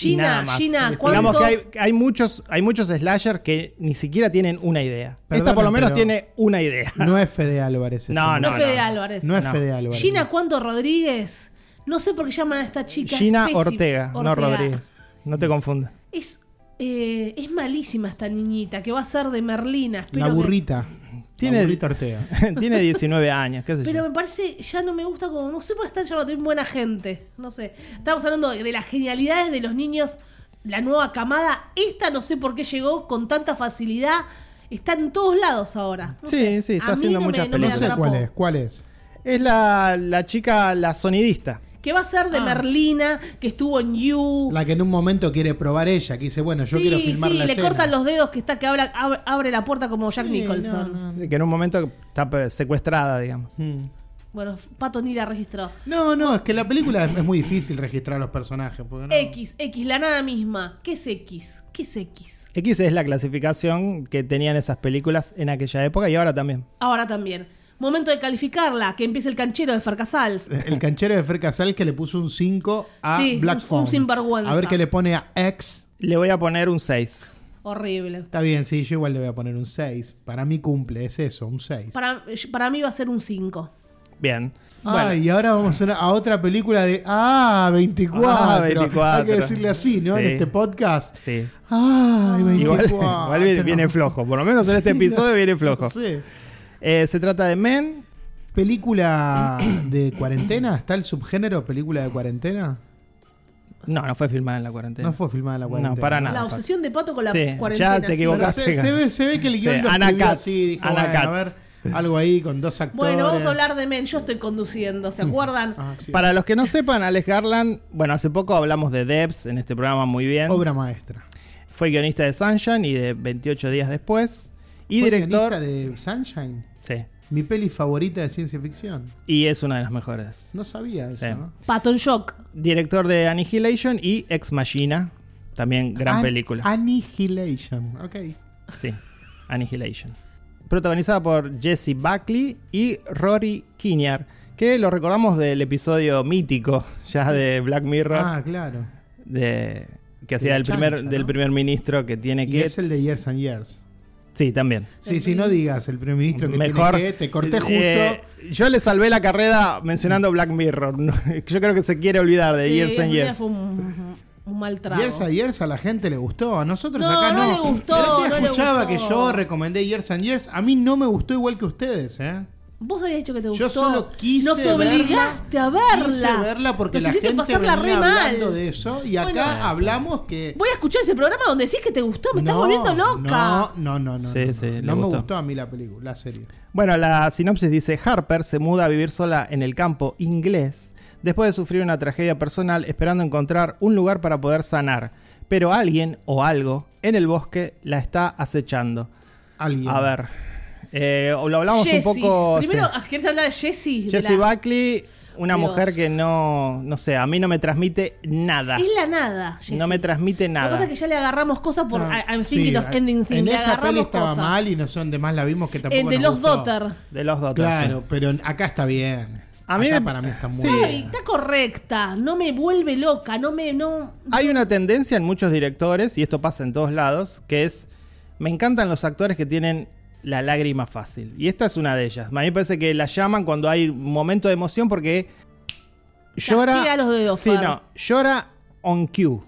C: y
A: Gina,
C: nada más.
A: Gina,
C: Digamos
A: ¿cuánto?
C: que hay, hay muchos, hay muchos slashers que ni siquiera tienen una idea. Esta por
B: Perdona,
C: lo menos
B: pero-
C: tiene una idea.
B: No es Fede Álvarez. este.
C: No,
A: No,
C: no,
A: Fede
C: no.
A: Álvarez.
B: No es
C: No.
B: Fede Álvarez.
A: Gina, ¿cuánto Rodríguez? No sé por qué llaman a esta chica. es
C: Gina
A: pésima.
C: Ortega, no Rodríguez. No te confundas.
A: Es, eh, es malísima esta niñita que va a ser de Merlina. espero
B: la
A: que-
B: burrita.
C: Tiene,
B: La
A: [laughs]
B: burrita Ortega. [laughs]
C: [laughs] tiene 19 años, qué sé yo.
A: Pero me parece, ya no me gusta como. No sé por qué están llamando también buena gente. No sé. Estábamos hablando de, de las genialidades de los niños, la nueva camada. Esta no sé por qué llegó con tanta facilidad. Está en todos lados ahora. No
C: Sí,
A: sé.
C: sí, está
A: A mí
C: haciendo
A: no me-
C: muchas
A: no me
B: No sé
A: atrapó.
B: cuál es. ¿Cuál es?
C: Es la, la chica, la sonidista.
A: Que va a ser de Merlina, que estuvo en You.
B: Ah. La que en un momento quiere probar ella, que dice, bueno, yo
A: sí,
B: quiero filmar
A: sí,
B: la
A: le
B: escena.
A: cortan los dedos que está que habla, abre, abre la puerta como Jack Nicholson.
C: Que en un momento está pe- secuestrada, digamos.
B: Mm.
A: Bueno, Pato ni la registró.
B: No, no, es que la película es, es muy difícil registrar a los personajes. porque no-
A: X, X, la nada misma. ¿Qué es X? ¿Qué es X?
C: X es la clasificación que tenían esas películas en aquella época y ahora también.
A: Ahora también. Momento de calificarla, que empiece el canchero de Farcasals.
B: El canchero de Fer Casal que le puso un 5 a
A: Sí,
B: Black
A: un- un
B: Phone.
A: sinvergüenza.
B: A ver qué le pone a X.
C: Le voy a poner un 6.
A: Horrible.
B: Está bien, sí, yo igual le voy a poner un 6. Para mí cumple, es eso, un 6.
A: Para, para mí va a ser un 5.
C: Bien.
B: Ah, y ahora vamos a, una- a otra película de Ah, 24.
C: Ah, 24.
B: Hay que decirle así, ¿no? En
C: Sí.
B: este podcast. [laughs]
C: Sí.
B: Ah, 24.
C: [laughs] Igual, igual viene,
B: [laughs]
C: viene flojo. Por lo menos en este episodio viene flojo.
B: No sé.
C: Eh, se trata de Men.
B: ¿Película de cuarentena? ¿Está el subgénero película de cuarentena?
C: No, no fue filmada en la cuarentena.
B: No fue filmada en la cuarentena.
C: No, para nada.
A: la obsesión de Pato con la
C: Sí, ya
A: cuarentena.
C: te
A: sí.
C: equivocaste.
B: Pero se, se ve, se ve que el guión
C: Sí,
B: lo
C: Ana
B: escribió
C: Katz,
B: así. Dijo,
C: Ana
B: bueno, a
C: Katz.
B: ver, algo ahí con dos actores.
A: Bueno, vamos a hablar de Men. Yo estoy conduciendo,
B: [laughs]
A: ¿se acuerdan?
B: Ah, sí.
C: Para los que no sepan, Alex Garland, bueno, hace poco hablamos de Debs en este programa muy bien.
B: Obra maestra.
C: Fue guionista de Sunshine y de 28 días después. Y
B: Fue
C: director.
B: guionista de Sunshine,
C: Sí.
B: mi peli favorita de ciencia ficción.
C: Y es una de las mejores.
B: No sabía eso,
C: Sí.
B: ¿no?
A: Pato en shock.
C: Director de Annihilation y Ex Machina. También gran
B: An-
C: película.
B: Annihilation, ok.
C: Sí, Annihilation. Protagonizada por Jesse Buckley y Rory Kinnear, que lo recordamos del episodio mítico ya de Black Mirror,
B: Ah, claro.
C: de, que hacía
B: la
C: del primer,
B: chancha,
C: del
B: ¿no?
C: primer ministro que tiene
B: Y
C: que...
B: es el de Years and Years.
C: Sí, también.
B: Sí, sí, no digas el primer ministro que
C: Mejor.
B: tiene que, te corté justo.
C: Eh, yo le salvé la carrera mencionando Black Mirror. [laughs] No, Yo creo que se quiere olvidar de
A: Sí,
C: Years
A: un
C: and
A: día
C: Years.
A: fue un, un mal trago.
B: Years and Years a la gente le gustó, a nosotros
A: No,
B: acá
A: no
B: no.
A: le gustó,
B: Pero
A: no
B: usted
A: le
B: escuchaba
A: gustó.
B: que yo recomendé Years and Years, a mí no me gustó igual que ustedes, ¿eh?
A: Vos habías dicho que te
B: Yo
A: gustó.
B: solo quise
A: Nos obligaste a verla.
B: Quise verla porque
A: Nos
B: la
A: hiciste
B: gente
A: pasarla
B: venía
A: re mal.
B: hablando de eso y acá
A: Bueno, sí.
B: hablamos que
A: Voy a escuchar ese programa donde decís que te gustó. Me estás
B: No,
A: volviendo loca.
B: No, no, no, no.
C: Sí,
B: no,
C: sí,
B: no.
C: le
B: No me
C: gustó.
B: gustó a mí la película, la serie.
C: Bueno, la sinopsis dice, Harper se muda a vivir sola en el campo inglés después de sufrir una tragedia personal esperando encontrar un lugar para poder sanar, pero alguien o algo en el bosque la está acechando.
B: Alguien.
C: A ver, eh, o lo hablamos
A: Jessie.
C: un poco...
A: Primero,
C: sí.
A: ¿querés hablar de Jessie? De
C: Jessie
A: la-
C: Buckley, una
A: Dios.
C: mujer que no, no sé, a mí no me transmite
B: Ah.
C: nada.
A: Es la nada, Jessie.
C: No me transmite
A: Lo que
C: nada.
A: pasa es que ya le agarramos cosas por
B: No,
A: I- I'm
B: sí,
A: thinking of ending things.
B: En
A: le
B: esa peli
A: agarramos
B: estaba
A: cosas. Eh,
B: mal y nosotros demás la vimos que tampoco
A: En The
B: nos
A: Lost
B: gustó.
A: Daughter.
C: De los dos.
B: Claro, pero acá está bien.
C: A mí
B: Acá
C: me-
B: para mí está muy
C: Sí.
B: bien.
A: Ay, está correcta. No me vuelve loca. No me. No...
C: Hay una tendencia en muchos directores, y esto pasa en todos lados, que es Me encantan los actores que tienen la lágrima fácil. Y esta es una de ellas. A mí me parece que la llaman cuando hay un momento de emoción porque llora.
A: Castiga los dedos,
C: Sí,
A: Fer.
C: no, llora on cue.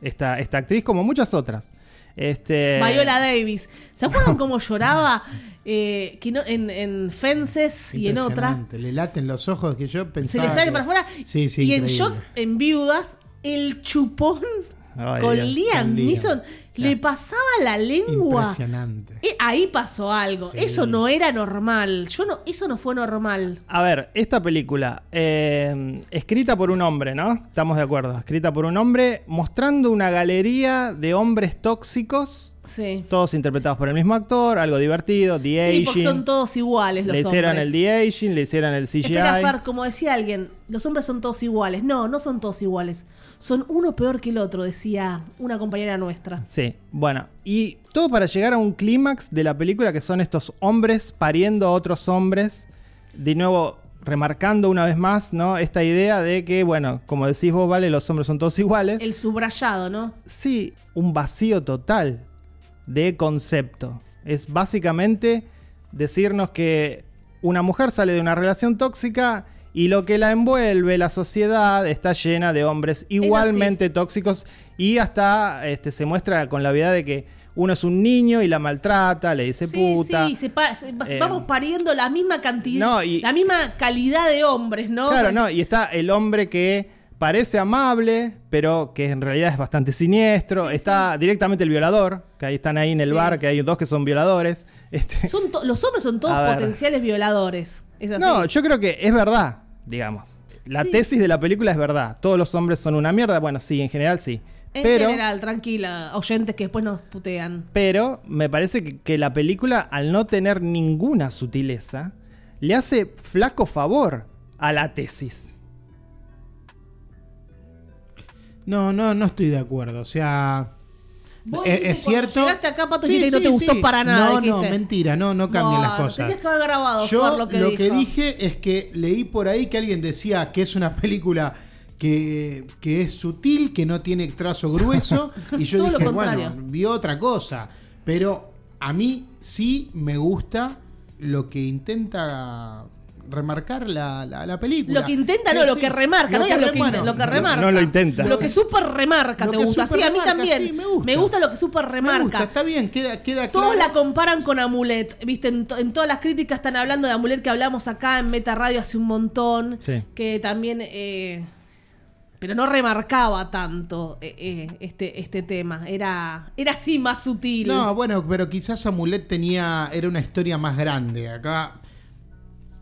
C: Esta, esta actriz, como muchas otras.
B: Eh.
C: Este,
A: Viola Davis. ¿Se acuerdan
B: [laughs]
A: cómo lloraba eh, que no- en, en Fences y en otra?
B: Impresionante. Le laten los ojos que yo
A: Se
B: pensaba.
A: le sale
B: que-
A: para afuera.
B: Sí, sí,
A: y en
B: increíble.
A: Shock, en Viudas, el chupón
C: Ay,
A: con
C: Dios.
B: con Liam.
A: Liam Neeson le pasaba la lengua.
B: Impresionante.
A: Eh, ahí pasó algo.
B: Sí.
A: Eso no era normal. Yo no, eso no fue normal.
C: A ver, esta película, eh, escrita por un hombre, ¿no? Estamos de acuerdo. Escrita por un hombre, mostrando una galería de hombres tóxicos,
A: Sí.
C: todos interpretados por el mismo actor, algo divertido, The
A: Sí,
C: Aging.
A: porque son todos iguales los
C: le hicieron
A: hombres.
C: el The Aging, le hicieron el CGI.
A: Espera, Fer, como decía alguien, los hombres son todos iguales. No, no son todos iguales. Son uno peor que el otro, decía una compañera nuestra.
C: Sí, bueno, y todo para llegar a un clímax de la película que son estos hombres pariendo a otros hombres, de nuevo remarcando una vez más, ¿no? Esta idea de que, bueno, como decís vos, vale, los hombres son todos iguales.
A: El subrayado, ¿no?
C: Sí, un vacío total de concepto. Es básicamente decirnos que una mujer sale de una relación tóxica y lo que la envuelve, la sociedad, está llena de hombres igualmente tóxicos y hasta este, se muestra con la obviedad de que uno es un niño y la maltrata, le dice
A: sí,
C: puta.
A: sí, se pa- se-
C: Eh,
A: vamos pariendo la misma cantidad,
C: no, y-
A: la misma calidad de hombres, ¿no?
C: Claro, no, y está el hombre que parece amable, pero que en realidad es bastante siniestro. está directamente el violador, que ahí están ahí en el
A: Sí.
C: bar, que hay dos que son violadores. Este,
A: Son to- los hombres son
C: A
A: todos
C: ver.
A: potenciales violadores. Es así.
C: no, yo creo que es verdad, digamos. La
A: Sí.
C: tesis de la película es verdad. Todos los hombres son una mierda. Bueno, sí, en general sí.
A: en
C: pero,
A: general, tranquila, oyentes que después nos putean.
C: pero me parece que, que la película, al no tener ninguna sutileza, le hace flaco favor a la tesis.
B: No, no, no estoy de acuerdo. O sea.
A: Vos
B: eh,
A: dijiste
B: es
A: cuando
B: cierto.
A: llegaste acá, Pato,
B: Sí,
A: dijiste que no
B: sí,
A: te gustó
B: sí.
A: para nada.
B: No, no,
A: dijiste.
B: mentira. No, no cambien
A: Bueno,
B: las cosas.
A: Tenías que haber grabado,
B: Yo
A: Fer,
B: lo,
A: lo
B: que,
A: que dijo.
B: dije es que leí por ahí que alguien decía que es una [laughs] película que, que es sutil, que no tiene trazo
A: [laughs]
B: grueso. y yo
A: Todo lo
B: dije,
A: contrario.
B: bueno, vi otra cosa. Pero a mí sí me gusta lo que intenta remarcar la, la- la película.
A: Lo que intenta,
B: Sí,
A: no, lo
B: sí.
A: que remarca, no digas lo que,
B: remar-
A: inte- lo que
B: no,
A: remarca.
C: no lo intenta.
A: Lo que super remarca
B: Lo
A: te
B: que
A: gusta. Sí,
B: super
A: a mí
B: remarca,
A: también.
B: sí, me gusta.
A: lo que super
B: me
A: remarca.
B: gusta, está bien, queda, queda
A: Todos
B: claro.
A: la comparan con Amulet. Viste, en, to- en todas las críticas están hablando de Amulet que hablamos acá en Meta Radio hace un montón.
C: Sí.
A: Que también. eh, pero no remarcaba tanto eh, eh, este, este tema. Era, era así más sutil.
B: No, bueno, pero quizás Amulet tenía. era una historia más grande. Acá.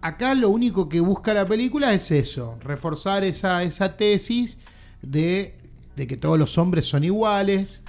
B: Acá lo único que busca la película es eso. Reforzar esa, esa tesis de, de que todos los hombres son iguales.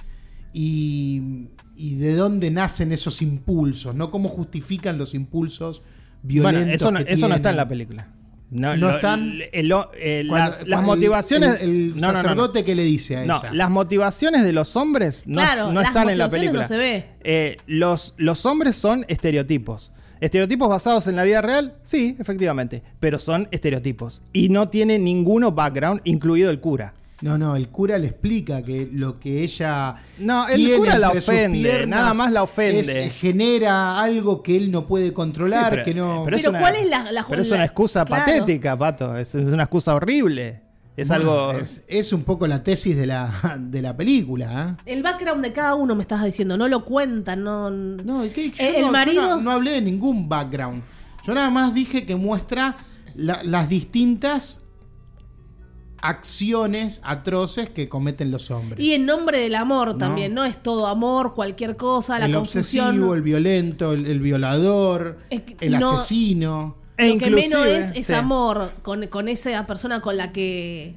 B: Y. y de dónde nacen esos impulsos, ¿no? Cómo justifican los impulsos violentos.
C: Bueno, eso no,
B: que
C: eso no está en
B: tienen.
C: la película. No,
B: No
C: lo-
B: están-
C: el- lo- eh,
B: Cuando-
C: las,
B: cuando
C: las
B: el-
C: motivaciones.
B: El, el
C: no, no, no, no.
B: sacerdote que le dice a
C: No,
B: ella.
C: las motivaciones de los hombres no,
A: Claro,
C: no
A: las
C: están en la
A: motivaciones
C: película.
A: no se ve.
C: Eh, los, los hombres son estereotipos. ¿Estereotipos basados en la vida real? Sí, efectivamente. Pero son estereotipos. Y no tiene ninguno background, incluido el cura.
B: No, no, el cura le explica que lo que ella.
C: No, el
B: tiene
C: cura la
B: entre sus
C: ofende,
B: piernas
C: nada más la ofende.
B: es- eh, genera algo que él no puede controlar,
C: Sí, pero- eh,
B: que no.
C: pero
A: Pero ¿cuál es la- la-
C: pero es
A: la-
C: una excusa
A: claro.
C: patética, pato. Es, es una excusa horrible. Es
B: Bueno,
C: algo.
B: Es, es un poco la tesis de la, [laughs] de la película. ¿eh?
A: El background de cada uno me estás diciendo, no lo cuentan, no.
B: No, ¿y qué? Yo
A: Eh,
B: no-
A: el
B: yo
A: marido-
B: no, no hablé de ningún background. Yo nada más dije que muestra la- las distintas acciones atroces que cometen los hombres.
A: Y en nombre del amor
B: No.
A: también, no es todo amor, cualquier cosa, la
B: el
A: confusión.
B: obsesivo, el violento, el, el violador,
A: Es que
B: el
A: no-
B: asesino.
C: E
A: lo que menos
C: inclusive-
A: es, es
C: sí.
A: amor con, con esa persona con la que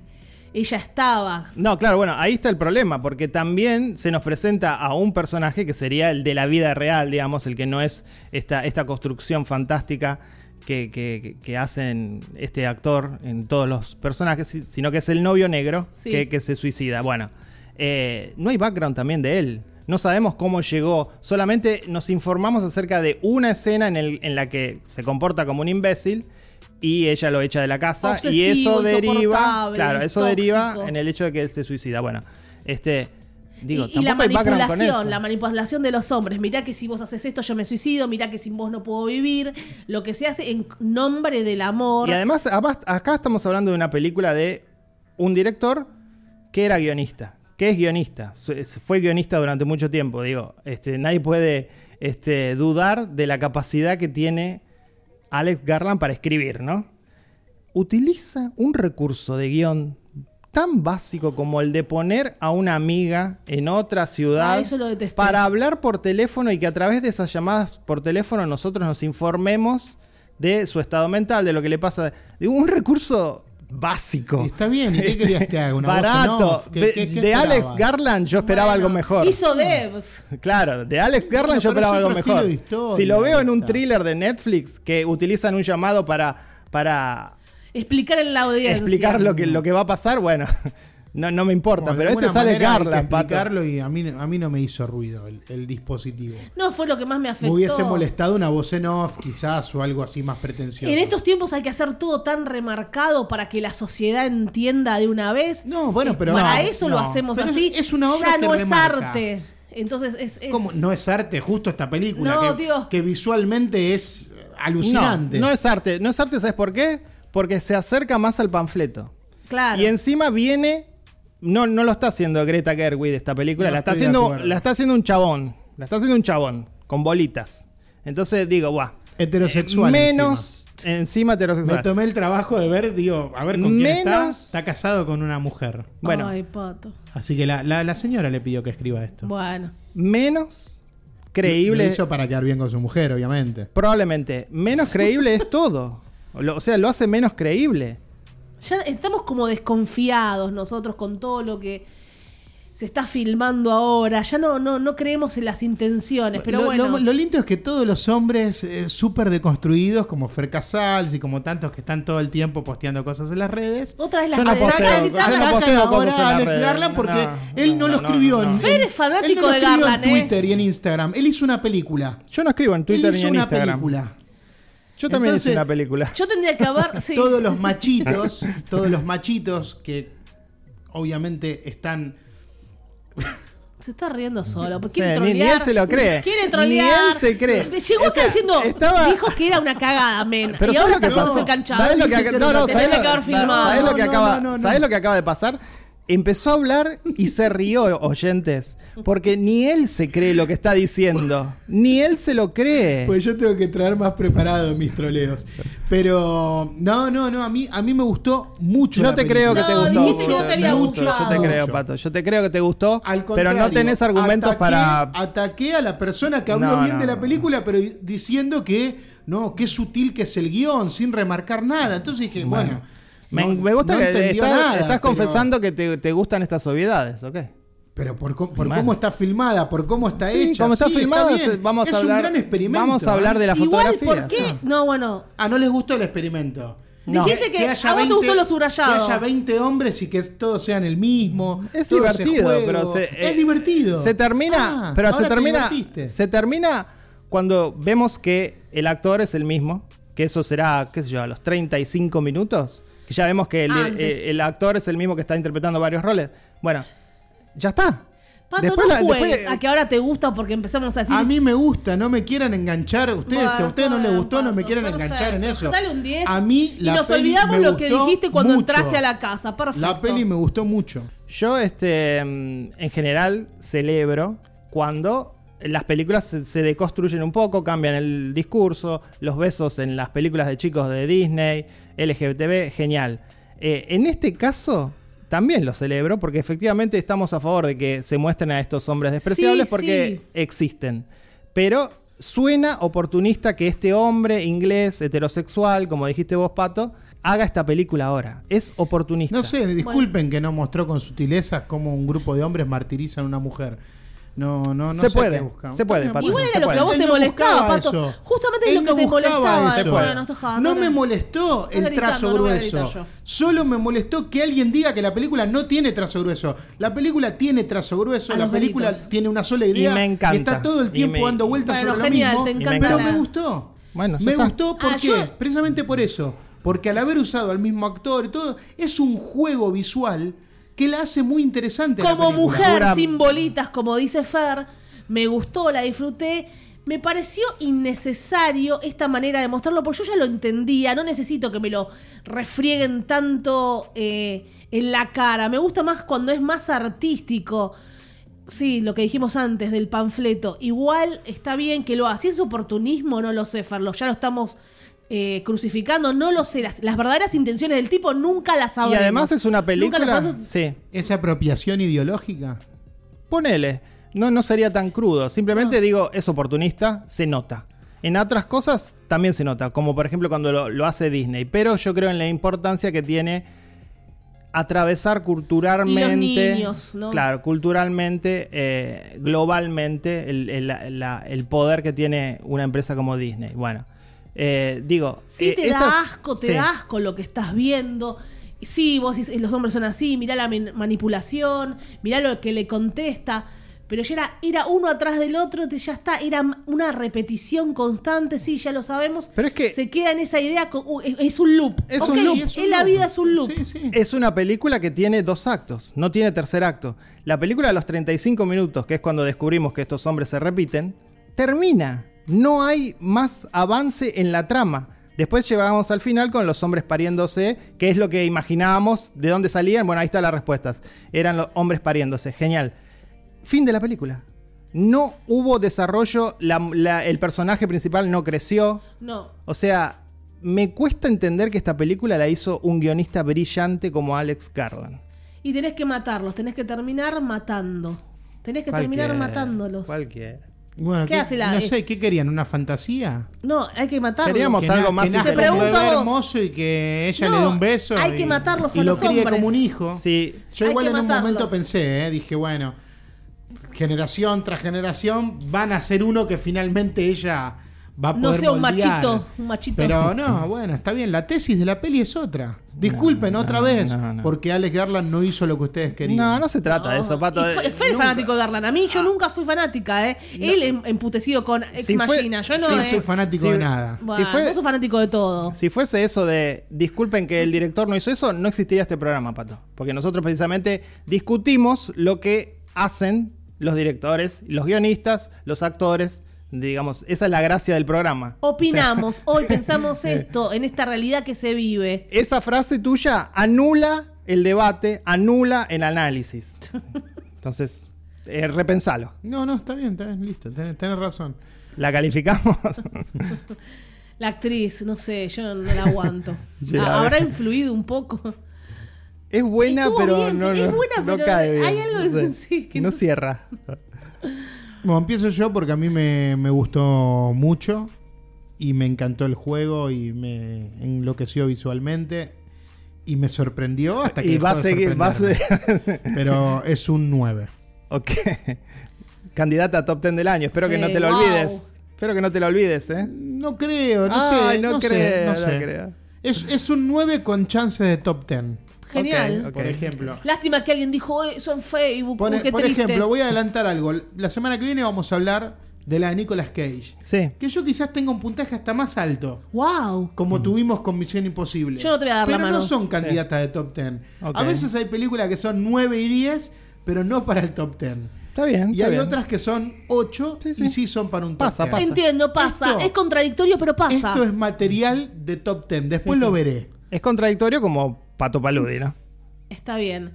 A: ella estaba.
C: No, claro, bueno, ahí está el problema, porque también se nos presenta a un personaje que sería el de la vida real, digamos, el que no es esta, esta construcción fantástica que, que- que hacen este actor en todos los personajes, si- sino que es el novio negro
A: Sí.
C: que, que se suicida. Bueno, eh, no hay background también de él. No sabemos cómo llegó, solamente nos informamos acerca de una escena en, el- en la que se comporta como un imbécil y ella lo echa de la casa y
A: Obsesivo,
C: eso deriva,
A: insoportable,
C: claro, eso
A: tóxico.
C: deriva en el el hecho de que él se suicida. Bueno, este. Digo,
A: y, y la
C: tampoco hay background con eso.
A: manipulación, la manipulación de los hombres. Mirá que si vos haces esto yo me suicido, mirá que sin vos no puedo vivir. Lo que se hace en nombre del amor.
C: Y además, abas- acá estamos hablando de una película de un director que era guionista, que es guionista, su- es- fue guionista durante mucho tiempo, digo, este, nadie puede este, dudar de la capacidad que tiene Alex Garland para escribir, ¿no? Utiliza un recurso de guión tan básico como el de poner a una amiga en otra ciudad
A: Ah, eso lo detesté.
C: para hablar por teléfono y que a través de esas llamadas por teléfono nosotros nos informemos de su estado mental, de lo que le pasa. Digo, Un recurso básico.
B: Está bien, ¿y qué querías que haga? ¿Una voz en
C: Este, Barato.
B: off? ¿Qué-
C: de
B: qué- qué
C: de Alex
B: esperabas?
C: Garland yo esperaba
A: Bueno,
C: algo mejor.
A: Hizo Debs.
C: Claro, de Alex Garland
B: Bueno,
C: yo
B: pero
C: esperaba
B: es
C: algo
B: otro estilo
C: mejor.
B: de historia,
C: si lo veo en un
B: está.
C: thriller de Netflix que utilizan un llamado para, para
A: Explicar en la audiencia.
C: explicar lo que, lo que va a pasar, bueno, [laughs] no, no me importa.
B: Como de
C: pero este es
B: alguna
C: Alex
B: manera hay que
C: Garland, pato.
B: explicarlo y a mí, a mí no me hizo ruido el, el dispositivo.
A: No, fue lo que más me afectó.
B: Me hubiese molestado una voz en off, quizás, o algo así más pretencioso.
A: En estos tiempos hay que hacer todo tan remarcado para que la sociedad entienda de una vez.
B: No, bueno, pero.
A: para
B: no,
A: eso lo
B: no.
A: hacemos
B: Pero
A: así.
B: Es una obra
A: ya
B: que
A: no es
B: remarca.
A: arte. Entonces es. es-
B: ¿Cómo? No es arte, justo esta película.
A: No,
B: que,
A: tío.
B: que visualmente es
C: No,
B: alucinante.
C: no es arte. No es arte, ¿sabes por qué? Porque se acerca más al panfleto.
A: Claro.
C: Y encima viene. No, no lo está haciendo Greta Gerwig esta película.
B: No
C: la, está
B: estoy de
C: haciendo,
B: acuerdo.
C: la está haciendo un chabón. La está haciendo un chabón. Con bolitas. Entonces digo, guau.
B: Heterosexual.
C: menos encima,
B: encima.
C: heterosexual.
B: Me tomé el trabajo de ver, digo, a ver con quién está.
C: Menos-
B: Está casado con una mujer.
C: Bueno,
A: Ay, pato.
B: Así que la, la- la señora le pidió que escriba esto.
A: Bueno.
C: menos creíble.
B: Lo hizo para quedar bien con su mujer, obviamente.
C: Probablemente. Menos creíble es todo. Lo- o sea, lo hace menos creíble.
A: Ya estamos como desconfiados nosotros con todo lo que se está filmando ahora. Ya no, no, no creemos en las intenciones. Pero
B: lo,
A: bueno.
B: lo- lo lindo es que todos los hombres eh, súper deconstruidos, como Fer Casals y como tantos que están todo el tiempo posteando cosas en las redes,
A: otra vez la
C: Yo no posteo,
A: atacan-
C: yo no
A: atacan-
C: posteo cosas
B: ahora
C: en las
B: a Alex
C: redes.
B: Garland porque
C: No,
B: él
C: no,
B: ¿eh? no, lo
C: no,
B: escribió
C: no.
B: en
A: Fer es
B: él no lo
A: fanático de
B: escribió
A: Garland, ¿eh?
B: en Twitter y en Instagram. Él hizo una película.
C: Yo no escribo en Twitter
B: él
C: ni
B: hizo
C: en
B: una
C: Instagram.
B: película.
C: Yo también hice
B: Entonces-
C: una película.
A: Yo tendría que
B: [laughs]
A: haber. sí.
B: Todos
A: [laughs]
B: los machitos, todos los machitos que obviamente están
A: Se está riendo solo. porque
C: Sí,
A: Quiere
C: ni-
A: trolear.
C: ni él se lo cree.
A: Quiere
C: Ni
A: trolear.
C: él se cree.
A: Llegó
C: O
A: acá
C: sea,
A: diciendo.
C: estaba-
A: Dijo que era una cagada, men.
C: Pero
A: y
C: ¿sabes
A: ahora
C: lo que
A: está todo
C: pasó?
A: desencanchado.
C: ¿Sabes lo que,
B: Dijiste
C: ac- no,
B: que
C: no,
B: no
A: Te
C: ¿sabes
A: tenés
C: lo-
A: que haber
C: sa-
A: filmado.
C: ¿sabes lo
B: No,
C: que
B: no,
C: acaba,
B: no, no.
C: ¿sabes lo que acaba de pasar? Empezó a hablar y se rió, oyentes, porque ni él se cree lo que está diciendo. Ni él se lo cree.
B: Pues yo tengo que traer más preparado mis troleos. Pero no, no, no, a mí, a mí me gustó mucho.
C: Yo
B: la
C: te creo
B: película.
C: que te
A: No,
C: gustó.
A: dijiste que no te había
C: Mucho, Yo te
A: gustado.
C: creo,
B: Mucho.
C: Pato. Yo te creo que te gustó.
B: Al
C: Pero no
B: contrario,
C: tenés argumentos
B: ataqué-
C: para.
B: Ataqué a la persona que habló
C: No,
B: bien
C: no,
B: de la
C: no.
B: película, pero diciendo que no, qué sutil que es el guión, sin remarcar nada. Entonces dije, bueno.
C: Me,
B: no-
C: me gusta
B: no
C: que
B: entendió
C: estás,
B: nada,
C: estás
B: pero-
C: confesando que te, te gustan estas obviedades, ¿ok?
B: Pero por, co- por
C: Mal.
B: cómo está filmada, por cómo está
C: Sí,
B: hecha.
C: como está
B: sí,
C: filmado,
B: bien.
C: vamos a
B: es
C: hablar-
B: un gran experimento.
C: vamos a hablar
B: ¿eh?
C: de la
A: Igual,
C: fotografía,
A: ¿por qué?
C: ya.
A: No, bueno.
B: Ah, no les gustó el experimento.
C: No.
A: Dijiste que, a vos te gustó lo subrayado.
B: Que haya 20 hombres y que todos sean el mismo.
C: Es
B: todo ese
C: divertido,
B: juego.
C: pero se, eh,
B: es divertido.
C: Se termina,
B: Ah,
C: pero se
B: ahora te
C: termina,
B: divertiste.
C: se termina cuando vemos que el actor es el mismo, que eso será, qué sé yo, a los 35 minutos, que ya vemos que el,
A: Antes.
C: eh, el actor es el mismo que está interpretando varios roles. Bueno, ya está.
A: Pato,
C: Después
A: no
C: la-
A: juegues
C: después-
A: a que ahora te gusta porque empezamos a decir.
B: A mí me gusta, no me quieran enganchar. Ustedes, si a
A: Bueno,
B: ustedes no
A: está
B: les
A: bien,
B: gustó, no me
A: Pato,
B: quieran
A: perfecto.
B: enganchar en eso.
A: Dale un 10
B: A mí
A: y
B: la
A: nos
B: peli
A: olvidamos
B: me
A: lo que
B: gustó
A: dijiste cuando
B: mucho.
A: entraste a la casa. Perfecto.
B: La peli me gustó mucho.
C: Yo, este, mm, en general, celebro cuando las películas se, se deconstruyen un poco, cambian el discurso, los besos en las películas de chicos de Disney, LGTB, genial. Eh, en este caso, también lo celebro, porque efectivamente estamos a favor de que se muestren a estos hombres despreciables
A: Sí,
C: porque
A: sí.
C: existen. Pero suena oportunista que este hombre inglés, heterosexual, como dijiste vos, Pato, haga esta película ahora. Es oportunista.
B: No sé, disculpen que no mostró con sutilezas cómo un grupo de hombres martirizan a una mujer. No, no, no
C: Se
B: sé
C: puede,
B: qué buscan.
C: se puede,
B: Está
C: Pato.
B: bien,
A: Igual
B: bueno.
A: era lo que a
C: Él
A: vos te
B: no
A: molestaba,
B: buscaba
A: Pato.
B: eso.
A: Justamente
B: Él
A: es lo que te
B: buscaba
A: molestaba.
B: eso.
A: Bueno, no, estás
B: No
A: jugando,
B: me
A: no.
B: molestó el
A: gritando,
B: trazo
A: no lo voy a
B: grueso.
A: gritar yo.
B: Solo me molestó que alguien diga que la película no tiene trazo grueso. La película tiene trazo grueso,
A: A
B: la
A: los
B: película
A: gritos.
B: tiene una sola idea.
C: Y me encanta.
B: está todo
C: Y
B: el tiempo
C: me-
B: dando vueltas
A: Bueno,
B: sobre
A: genial,
B: lo
A: te
B: mismo.
A: encanta
B: pero
A: la-
B: me gustó.
C: Bueno, ya
B: me
C: está.
B: gustó
A: Ah,
B: porque,
A: yo-
B: precisamente por eso. Porque al haber usado al mismo actor y todo, es un juego visual que la hace muy interesante. a la
A: Como
B: película.
A: mujer
C: Ahora-
A: sin bolitas, como dice Fer, me gustó, la disfruté. Me pareció innecesario esta manera de mostrarlo, porque yo ya lo entendía, no necesito que me lo refrieguen tanto eh, en la cara. Me gusta más cuando es más artístico. Sí, lo que dijimos antes del panfleto. Igual está bien que lo haga. Si es oportunismo, no lo sé, Ferlo. Ya lo estamos eh, crucificando, no lo sé. Las, las verdaderas intenciones del tipo nunca las
C: Y
A: sabremos.
C: además es una
A: Ah, Nunca las
C: película.
A: vamos-
C: Sí.
B: ¿Esa apropiación ideológica?
C: Ponele. No, no sería tan crudo. Simplemente
A: Ah.
C: digo, es oportunista, se nota. En otras cosas también se nota, como por ejemplo cuando lo, lo hace Disney. Pero yo creo en la importancia que tiene atravesar culturalmente.
A: Y los niños, ¿no?
C: Claro, culturalmente, eh, globalmente, el, el- la- la- el poder que tiene una empresa como Disney. Bueno, eh, digo.
A: Sí,
C: eh,
A: te
C: estas-
A: da asco, te
C: sí.
A: da asco lo que estás viendo. Sí, vos dices, los hombres son así, mirá la men- manipulación, mirá lo que le contesta. Pero ya era, era uno atrás del otro, te- ya está, era m- una repetición constante, sí, ya lo sabemos.
C: Pero es que-
A: Se queda en esa idea, con- uh, es, es un loop.
C: Es
A: Ok,
C: un loop.
B: Es un
A: en la
B: loop.
A: vida es un loop.
B: Sí, sí.
C: Es una película que tiene dos actos, no tiene tercer acto. La película a los 35 minutos, que es cuando descubrimos que estos hombres se repiten, termina. No hay más avance en la trama. Después llegamos al final con los hombres pariéndose, que es lo que imaginábamos, de dónde salían. Bueno, ahí están las respuestas. Eran los hombres pariéndose, genial. Fin de la película. No hubo desarrollo, la- la- el personaje principal no creció.
A: No,
C: O sea, me cuesta entender que esta película la hizo un guionista brillante como Alex Garland.
A: y tenés que matarlos, tenés que terminar matando. Tenés que
C: Cualquier-
A: terminar matándolos.
C: Cualquier.
B: Bueno,
A: ¿Qué
B: ¿qué-
A: hace la-
B: no
A: eh?
B: sé, ¿qué querían? ¿Una fantasía?
A: No, hay que matarlos.
C: Queríamos- Vamos,
B: na-
C: algo más
B: nazca
A: Te
B: con un
A: pregunto a
B: bebé
A: vos.
B: hermoso y que ella
A: No,
B: le dé un beso.
A: hay
B: y-
A: que matarlos
B: y
A: a
B: lo
A: los
B: críe
A: hombres.
B: como un hijo.
C: Sí.
B: Yo
A: Hay
B: igual
A: que
B: en un
A: matarlos.
B: momento pensé, eh, dije, bueno, generación tras generación van a ser uno que finalmente ella va a
A: No
B: poder
A: sea un
B: moldear.
A: machito, un machito.
B: Pero no, bueno, está bien, la tesis de la peli es otra. Disculpen otra
C: no,
B: vez,
C: no, no.
B: porque Alex Garland no hizo lo que ustedes querían.
C: No, no se trata de eso, Pato.
A: Ah, Y Fe- Fer es
C: Nunca- Ah.
A: fanático de Garland. A mí yo nunca fui fanática, ¿eh? Él em- emputecido con Ex
C: Si fue-
A: Machina. Yo no,
B: Sí,
A: ¿eh?
B: soy fanático
C: Sí.
B: de nada.
A: Bueno,
C: Si fue-
A: vos sos fanático de todo.
C: Si fuese eso de disculpen que el director no hizo eso, no existiría este programa, Pato. Porque nosotros precisamente discutimos lo que hacen los directores, los guionistas, los actores. Digamos, esa es la gracia del programa. O sea,
A: Opinamos,
C: [laughs]
A: hoy pensamos esto, en esta realidad que se vive.
C: esa frase tuya anula el debate, anula el análisis. Entonces, eh, repensalo.
B: No, no, está bien, está bien, listo, tenés, tenés razón.
C: ¿La calificamos? [laughs]
A: La actriz, no sé, yo no la
C: [laughs]
A: aguanto.
C: Ya,
A: Ah,
C: a ver.
A: ¿Habrá influido un poco?
C: es buena,
A: Estuvo
C: pero
A: bien,
C: no,
A: es
C: no-
A: buena,
C: no
A: pero
C: cae bien.
A: hay algo
C: no,
A: que-
C: sé.
A: sí, que
C: No
A: no-
C: cierra. [laughs]
B: Bueno, empiezo yo porque a mí me, me gustó mucho y me encantó el juego y me enloqueció visualmente y me sorprendió hasta que
C: Y
B: dejó
C: va a
B: de
C: seguir, va a
B: sorprenderme.
C: seguir.
B: Pero es un 9.
C: ok. Candidata a top 10 del año. Espero que
A: Sí,
C: no te lo
A: wow.
C: olvides. Espero que no te lo olvides, ¿eh?
B: No creo, no
C: Ay,
B: sé,
C: no
B: no, sé,
C: creo,
B: no
C: no
B: sé.
C: creo.
B: Es, es un 9 con chance de top 10,
A: Genial.
C: Ok.
B: por ejemplo.
A: Lástima que alguien dijo "Eh, eso en Facebook,
B: Por,
A: uy, Uh, qué
B: por
A: triste.
B: ejemplo, voy a adelantar algo. La semana que viene vamos a hablar de la de Nicolas Cage.
C: Sí.
B: Que yo quizás tenga un puntaje hasta más alto.
A: Wow.
B: como
C: Mm.
B: tuvimos con Misión Imposible.
A: Yo no te voy a dar la
B: pero
A: mano.
B: no son candidatas de top 10.
C: Ok.
B: A veces hay películas que son 9 y 10, pero no para el top 10.
C: Está bien.
B: Y
C: Mm, está
B: hay
C: bien.
B: otras que son 8
C: Sí, sí.
B: y sí son para un top
C: Pasa,
B: 10.
C: pasa.
A: Entiendo, pasa.
B: Esto-
A: es contradictorio, pero pasa.
B: Esto es material de top 10. Después
C: Sí,
B: lo
C: sí.
B: veré.
C: Es contradictorio como Pato Paludi, ¿no?
A: Está bien.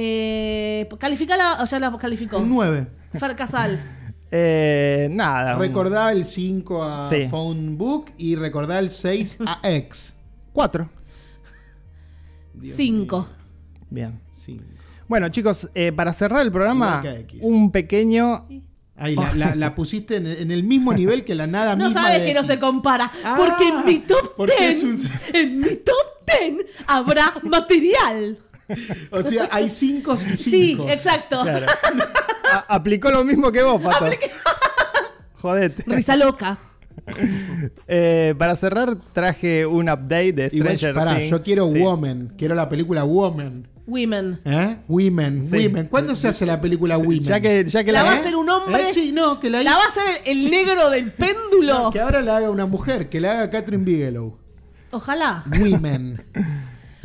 A: Eh, ¿Calificala o ya la calificó?
B: Un 9.
A: Fer Casals.
C: Eh, nada. un-
B: Recordá el 5 a
C: Sí.
B: Phone Book y recordá el 6 a X.
C: Cuatro.
A: Cinco.
C: Bien.
B: Sí.
C: Bueno, chicos, eh, para cerrar el programa,
B: Igual que X.
C: un pequeño.
B: Ahí la, la- la pusiste en, en el mismo nivel que la nada
A: [laughs] No
B: misma
A: sabes
B: de
A: que no
B: X.
A: se compara.
B: Ah,
A: porque en mi top
B: porque
A: ten,
B: es un-
A: en mi top ten habrá material.
B: O sea, hay 5 y 5.
A: Sí, exacto.
C: Claro. A- aplicó lo mismo que vos, Pato. [laughs] Jodete.
A: Risa loca.
C: Eh, para cerrar, traje un update de
B: Igual,
C: Stranger
B: pará,
C: Things.
B: yo quiero
C: Sí.
B: Woman, quiero la película Woman.
A: Women.
B: ¿Eh? Women,
C: Sí.
B: Women. ¿Cuándo se hace la película Women?
C: Ya que, ya que
A: La
C: la,
A: va a hacer un hombre.
B: ¿Eh? Sí, no, que la,
A: La va a hacer el, el negro del péndulo.
B: que ahora la haga una mujer, que la haga Catherine Bigelow.
C: [laughs]
A: Ojalá.
B: Women. ¿Eh?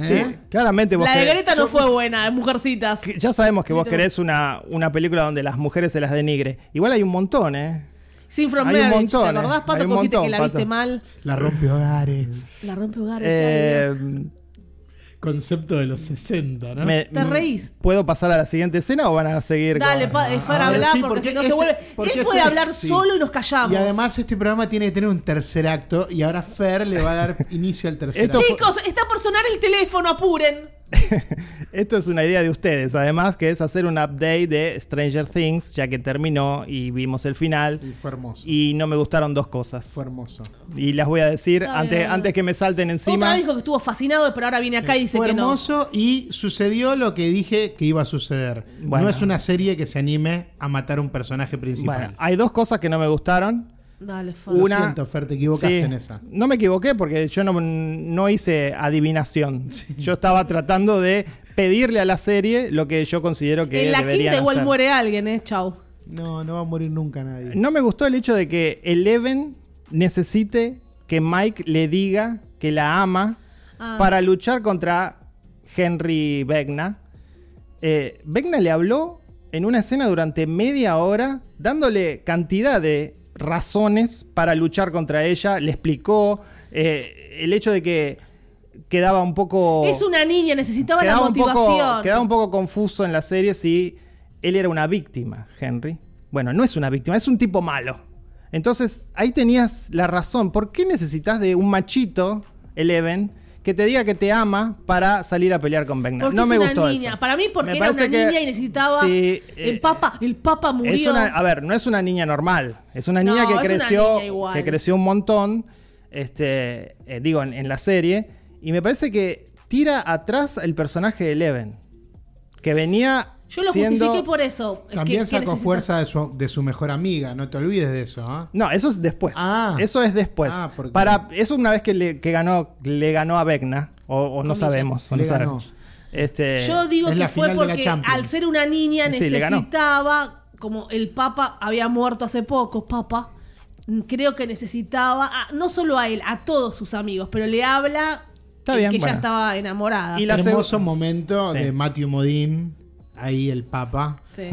C: Sí, claramente vos
A: La de
C: querés-
A: Greta no fue buena, Mujercitas.
C: que- Ya sabemos que vos
A: Greta-
C: querés una, una película donde las mujeres se las denigre. Igual hay un montón, ¿eh?
A: Sin From
C: Hay un
A: Marriage,
C: montón,
A: ¿te acordás,
C: eh.
A: Pato?
C: Hay un
A: Cogiste que
C: montón,
A: la
C: Pato.
A: viste mal,
B: La rompe hogares.
A: la rompe hogares. ay,
C: Eh,
A: Dios.
B: Concepto de los 60, ¿no?
C: me-
A: Te reís.
C: ¿Puedo pasar a la siguiente escena o van a seguir?
A: Dale,
C: con-
A: pa, eh, Far,
B: Ah,
A: habla,
B: sí,
A: porque,
B: porque
A: si no se
B: este-
A: vuelve...
B: porque
A: Él
B: este-
A: puede hablar
B: sí.
A: solo y nos callamos.
B: Y además este programa tiene que tener un tercer acto y ahora Fer le va a
C: [laughs]
B: dar inicio al tercer
C: Esto
B: acto.
A: Chicos, está por sonar el teléfono, apuren.
C: Esto es una idea de ustedes, además, que es hacer un update de Stranger Things, ya que terminó y vimos el
B: Y
C: final.
B: fue hermoso.
C: Y no me gustaron dos cosas.
B: Fue hermoso.
C: Y las voy a decir
A: Está
C: antes,
A: bien.
C: antes que me salten
A: Otra
C: encima.
A: vez dijo que estuvo fascinado, pero ahora viene acá y dice
B: Fue
A: que no.
B: hermoso y sucedió lo que dije que iba a suceder.
C: Bueno.
B: No es una serie que se anime a matar a un personaje
C: Bueno,
B: principal.
C: hay dos cosas que no me gustaron.
A: Dale, Far.
B: Lo
C: una-
B: siento, Fer, te equivocaste
C: Sí,
B: en esa.
C: No me equivoqué porque yo no, no hice adivinación. Yo estaba tratando de pedirle a la serie lo que yo considero que
A: En la
C: deberían
A: quinta igual
C: hacer.
A: muere alguien, eh, chau.
B: No, no va a morir nunca nadie.
C: No me gustó el hecho de que Eleven necesite que Mike le diga que la ama
A: Ah.
C: para luchar contra Henry Vegna. Eh, Vegna le habló en una escena durante media hora, dándole cantidad de razones para luchar contra ella. Le explicó eh, el hecho de que quedaba un poco
A: Es una niña, necesitaba la
C: quedaba Oh. un, poco,
A: motivación.
C: quedaba un poco confuso en la serie si él era una víctima, Henry. Bueno, no es una víctima, es un tipo malo. Entonces, ahí tenías la razón. ¿Por qué necesitas de un machito, Eleven, que te diga que te ama para salir a pelear con Vegna?
A: Porque
C: No
A: es
C: me
A: una
C: gustó
A: niña.
C: eso.
A: Para mí, porque
C: Me
A: era una
C: parece que-
A: niña y necesitaba.
C: Sí,
A: el
C: eh,
A: Papa, el Papa murió.
C: es una, a ver, no es una niña normal. Es una
A: No,
C: niña
A: es
C: que
A: una
C: creció.
A: niña igual.
C: que creció un montón. Este. eh, digo, en, en la serie. Y me parece que tira atrás el personaje de Eleven. Que venía.
A: Yo lo
C: siendo...
A: justifiqué por eso. Es
B: También
A: que- que
B: sacó
A: necesita-
B: fuerza de su, de su mejor amiga, no te olvides de eso. ¿ah?
C: No, eso es después.
B: Ah.
C: eso es después.
B: Ah, porque-
C: Para, eso una vez que le que ganó, le ganó a Vecna. O, o no
B: ¿Cuándo
C: sabemos.
B: ya?
C: o no
B: Le ganó.
C: sabemos. Este,
A: Yo digo
B: Es
A: que
B: la
A: fue
B: final de la
A: porque
B: Champions.
A: al ser una niña
C: Sí, le ganó.
A: necesitaba, como el Papa había muerto hace poco, Papa, mm, creo que necesitaba, a- no solo a él, a todos sus amigos, pero le habla
C: Está
A: el
C: bien,
A: que
C: bueno.
A: ya estaba enamorada.
C: Y la
B: Hermoso
C: seg-
B: momento
C: Sí.
B: de Matthew Modine, ahí el Papa,
A: Sí.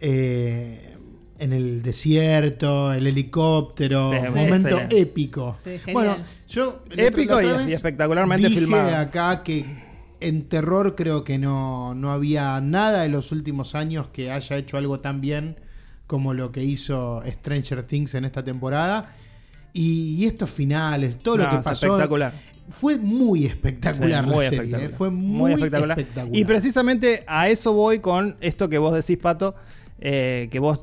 B: eh, en el desierto, el helicóptero,
C: Sí,
B: un
C: muy
B: momento
C: excelente.
B: épico.
A: Sí, genial.
B: bueno, yo la
C: Épico
B: otra- la otra
C: y-
B: vez
C: y espectacularmente
B: dije
C: filmado.
B: acá que en terror creo que no, no había nada en los últimos años que haya hecho algo tan bien como lo que hizo Stranger Things en esta temporada. Y, y estos finales, todo lo
C: No,
B: que
C: es
B: pasó.
C: espectacular.
B: Fue muy espectacular la
C: Sí, muy
B: serie.
C: espectacular.
B: ¿eh? Fue muy, espectacular.
C: Y precisamente a eso voy con esto que vos decís, Pato, eh, que vos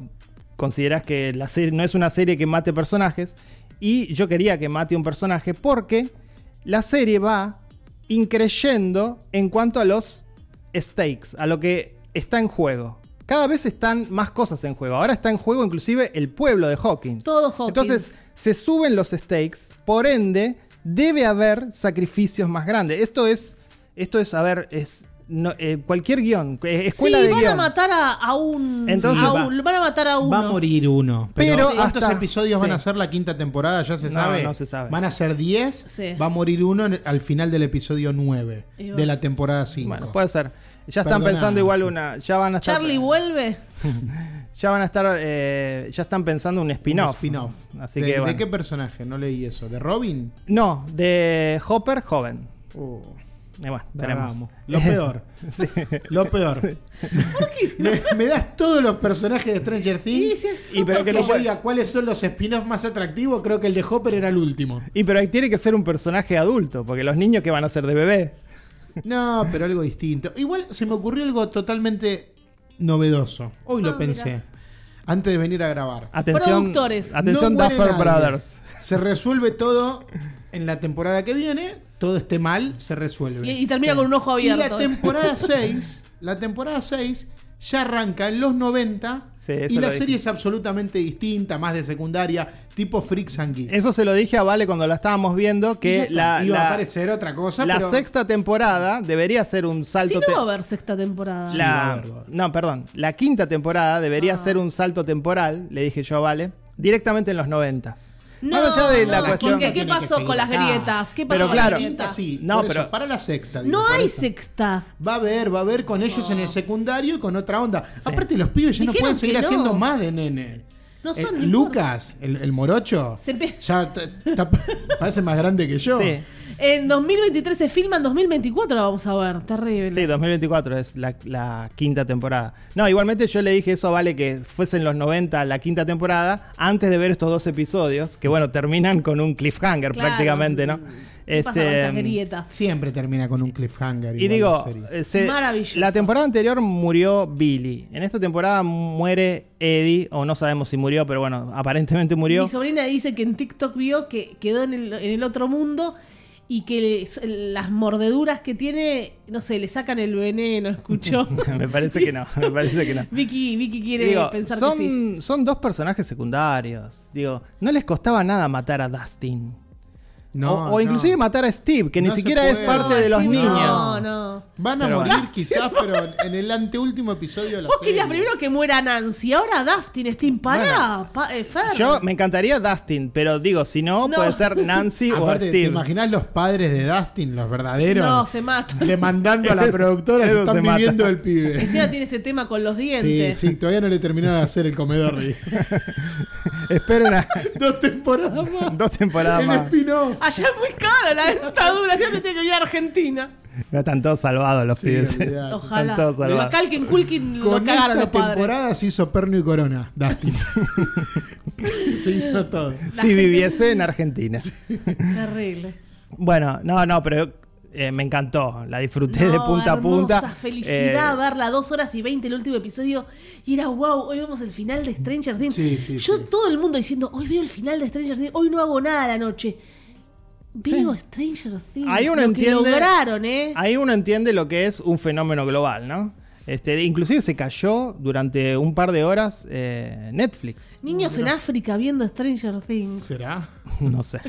C: considerás que la serie no es una serie que mate personajes. Y yo quería que mate un personaje porque la serie va increyendo en cuanto a los stakes, a lo que está en juego. Cada vez están más cosas en juego. Ahora está en juego inclusive el pueblo de Hawkins.
A: Todo Hawkins.
C: Entonces, se suben los stakes, por ende, debe haber sacrificios más grandes. Esto es, esto es, a ver, es no, eh, cualquier guión, eh, escuela
A: sí,
C: de
A: van
C: guión.
A: a matar a, a un.
C: Entonces
A: a
C: va-
A: un- van a matar a uno.
B: Va a morir uno. Pero,
C: Pero
B: estos
C: hasta-
B: episodios van
C: sí.
B: a ser la quinta temporada, ya se
C: No,
B: sabe.
C: no se sabe.
B: Van a ser 10.
A: Sí.
B: Va a morir uno en- al final del episodio 9
A: Y bueno.
B: de la temporada 5.
C: Bueno, puede ser. Ya están
B: Perdona.
C: pensando igual una, ya van a estar,
A: Charlie vuelve.
C: ya van a estar, eh, ya están pensando un
B: Un
C: spin-off.
B: spin-off.
C: Así
B: ¿De,
C: que
B: de
C: bueno.
B: qué personaje? No leí eso. ¿De Robin?
C: No, de Hopper joven.
B: Oh,
C: Eh, bueno, veremos.
B: cagamos. Lo peor.
C: [laughs] Sí.
B: Lo
C: [laughs]
B: peor. [laughs] me, me das todos los personajes de Stranger Things.
A: Sí,
C: sí. Y pero
B: porque
C: que no
B: yo
C: puede-
B: diga cuáles son los spin-offs más atractivos, creo que el de Hopper era el último.
C: Y pero ahí tiene que ser un personaje adulto, porque los niños que van a ser de bebé.
B: No, pero algo distinto. Igual se me ocurrió algo totalmente novedoso. Hoy lo
A: Ah,
B: pensé.
A: mira.
B: Antes de venir a grabar.
C: Atención,
A: Productores.
C: Ah, atención
B: No muere
C: Duffer
B: nadie.
C: Brothers.
B: Se resuelve todo en la temporada que viene. Todo esté mal, se resuelve.
A: Y, y termina con un ojo
B: Y la
A: abierto. [laughs]
B: temporada 6, la temporada 6 ya arranca en los 90
C: Sí, eso
B: y la
C: lo
B: serie
C: dije.
B: es absolutamente distinta, más de secundaria, tipo Freaks and Geeks.
C: Eso se lo dije a Vale cuando la estábamos viendo,
B: Y ya
C: que
B: está.
C: la,
B: iba a
C: la-
B: aparecer otra cosa,
C: la
B: pero
C: sexta temporada debería ser un
A: Si
C: salto...
A: no
C: te-
A: va a haber sexta temporada.
C: la-
B: va a haber, va a haber.
C: no, perdón. La
A: Ah.
C: quinta temporada debería ser un salto temporal, le dije yo a Vale, directamente en los noventas. Más allá de la
A: no,
C: cuestión-
A: Quique, ¿Qué
B: Tiene que
A: pasó con
B: seguir.
A: las grietas? ¿Qué pasó
C: Pero
A: con
C: claro.
A: las
B: Quinta
A: grietas?
B: sí,
C: No,
B: por eso,
C: pero-
B: para la sexta. digo,
A: No
B: por
A: hay
B: eso.
A: sexta.
B: Va a haber, va a haber con ellos
C: Ah.
B: en el secundario y con otra onda. Aparte, los pibes ya no
A: Dijeron
B: pueden seguir
A: que no.
B: haciendo más de nene.
A: No son
B: Eh,
A: ni
B: Lucas, el, el morocho,
A: Se pe-
B: ya ta- ta- [laughs] parece más grande que yo.
C: Sí,
A: En 2023 se filma, en 2024 la vamos a ver. Terrible.
C: sí, 2024 es la, la quinta temporada. No, igualmente yo le dije eso, vale, que fuesen los 90 la quinta temporada, antes de ver estos dos episodios, que bueno, terminan con un cliffhanger
A: Claro.
C: prácticamente, ¿no?
A: ¿Qué pasa
C: este,
A: con
C: mm,
A: esas grietas?
B: Siempre termina con un cliffhanger.
C: Y
B: igual
C: digo,
B: la serie.
C: eh, se-
A: Maravilloso.
C: la temporada anterior murió Billy. En esta temporada muere Eddie, o no sabemos si murió, pero bueno, aparentemente murió.
A: Mi sobrina dice que en TikTok vio que quedó en el, en el otro mundo y que es- las mordeduras que tiene, no sé, le sacan el veneno, escuchó.
C: [laughs] me parece que no, me parece que no.
A: Vicky, Vicky quiere
C: Digo,
A: pensar
C: son,
A: que sí.
C: son dos personajes secundarios. Digo, no les costaba nada matar a Dustin.
B: no,
C: o, o
B: no.
C: inclusive matar a Steve, que
B: No
C: ni
B: se
C: siquiera es
B: puede.
C: parte de los
A: No,
C: niños.
A: No, no.
B: Van a
C: Pero
B: morir
C: bueno.
B: quizás, pero en el anteúltimo episodio de la
A: Vos
B: serie.
A: querías primero que muera Nancy, ahora Dustin, Steam, pará, pa- eh, Fer.
C: Yo me encantaría Dustin, pero digo, si no,
A: No.
C: puede ser Nancy o
B: Aparte, ¿te
C: Steve.
B: imaginás los padres de Dustin, los verdaderos?
A: No, se mata.
B: Le mandando
C: [laughs]
B: a la productora, se
C: Eso se
B: están
C: mata.
B: viviendo el pibe.
A: Encima tiene ese tema con los
B: Sí,
A: dientes.
B: sí, todavía no le terminaron de hacer el [laughs] comedor. digo.
C: Esperen a-
B: Dos temporadas más.
C: dos
B: [laughs]
C: temporadas
B: el
C: más.
B: spin-off.
A: Allá es muy cara la dentadura, ya te tiene que ir a Argentina.
C: Ya están todos salvados los
B: Sí,
C: pibes.
B: olvidate.
A: Ojalá.
C: Están todos salvados.
A: Lo calquen Culkin lo
B: Con
A: cagaron los
B: esta
A: padres.
B: temporada se hizo perno y corona, [laughs] Dustin. se hizo todo.
C: si viviese en Argentina.
A: Terrible.
C: Bueno, no, no, pero eh, me encantó. La disfruté de
A: No,
C: punta a punta.
A: hermosa felicidad
C: Eh,
A: verla, dos horas y veinte el último episodio. Y era wow, hoy vemos el final de Stranger Things.
B: Sí, sí,
A: Yo
B: sí.
A: todo el mundo diciendo, hoy veo el final de Stranger Things, hoy no hago nada a la noche. Veo Stranger Things.
C: Ahí uno
A: lo
C: entiende-
A: Que lograron, ¿eh?
C: Ahí uno entiende lo que es un fenómeno global, ¿no? Este, inclusive se cayó durante un par de horas eh, Netflix, [laughs]
A: Niños en África viendo Stranger Things.
B: ¿Será?
A: [laughs]
C: no sé.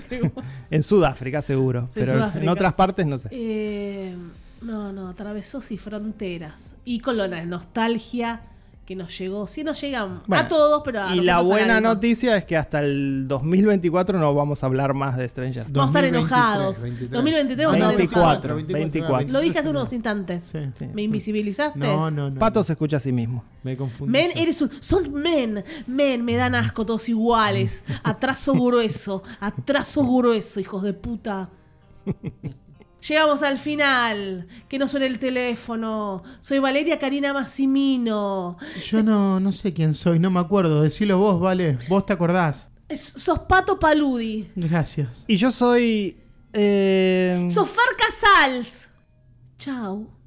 C: en Sudáfrica seguro, pero en
A: Sudáfrica.
C: otras partes no sé.
A: Eh, no, no, atravesó sí fronteras. Y con la nostalgia que nos llegó. Sí nos llegan
C: Bueno,
A: a todos, pero a
C: y la
A: nosotros a
C: buena
A: nadie.
C: noticia es que hasta el 2024 no vamos a hablar más de Stranger Things.
A: Vamos a estar
B: 2023,
A: enojados. 2023 vamos a estar
C: 24,
A: enojados.
C: 24.
A: Lo dije hace unos instantes.
B: Sí.
C: Sí.
A: ¿Me invisibilizaste?
B: No, no, no.
C: Pato se escucha a sí mismo.
B: me confundí.
A: Men,
B: yo.
A: eres un. Son men. Men, me dan asco, todos
C: [laughs]
A: iguales. Atraso grueso. Atraso grueso, hijos de
C: [laughs]
A: puta. Llegamos al final. Que no suene el teléfono. Soy Valeria Karina Massimino.
B: Yo no, no sé quién soy, no me acuerdo. Decilo vos, vale. Vos te acordás.
A: Es- Sos Pato Paludi.
B: Gracias.
C: Y yo soy... eh,
A: Sos Fer Casals. Chau.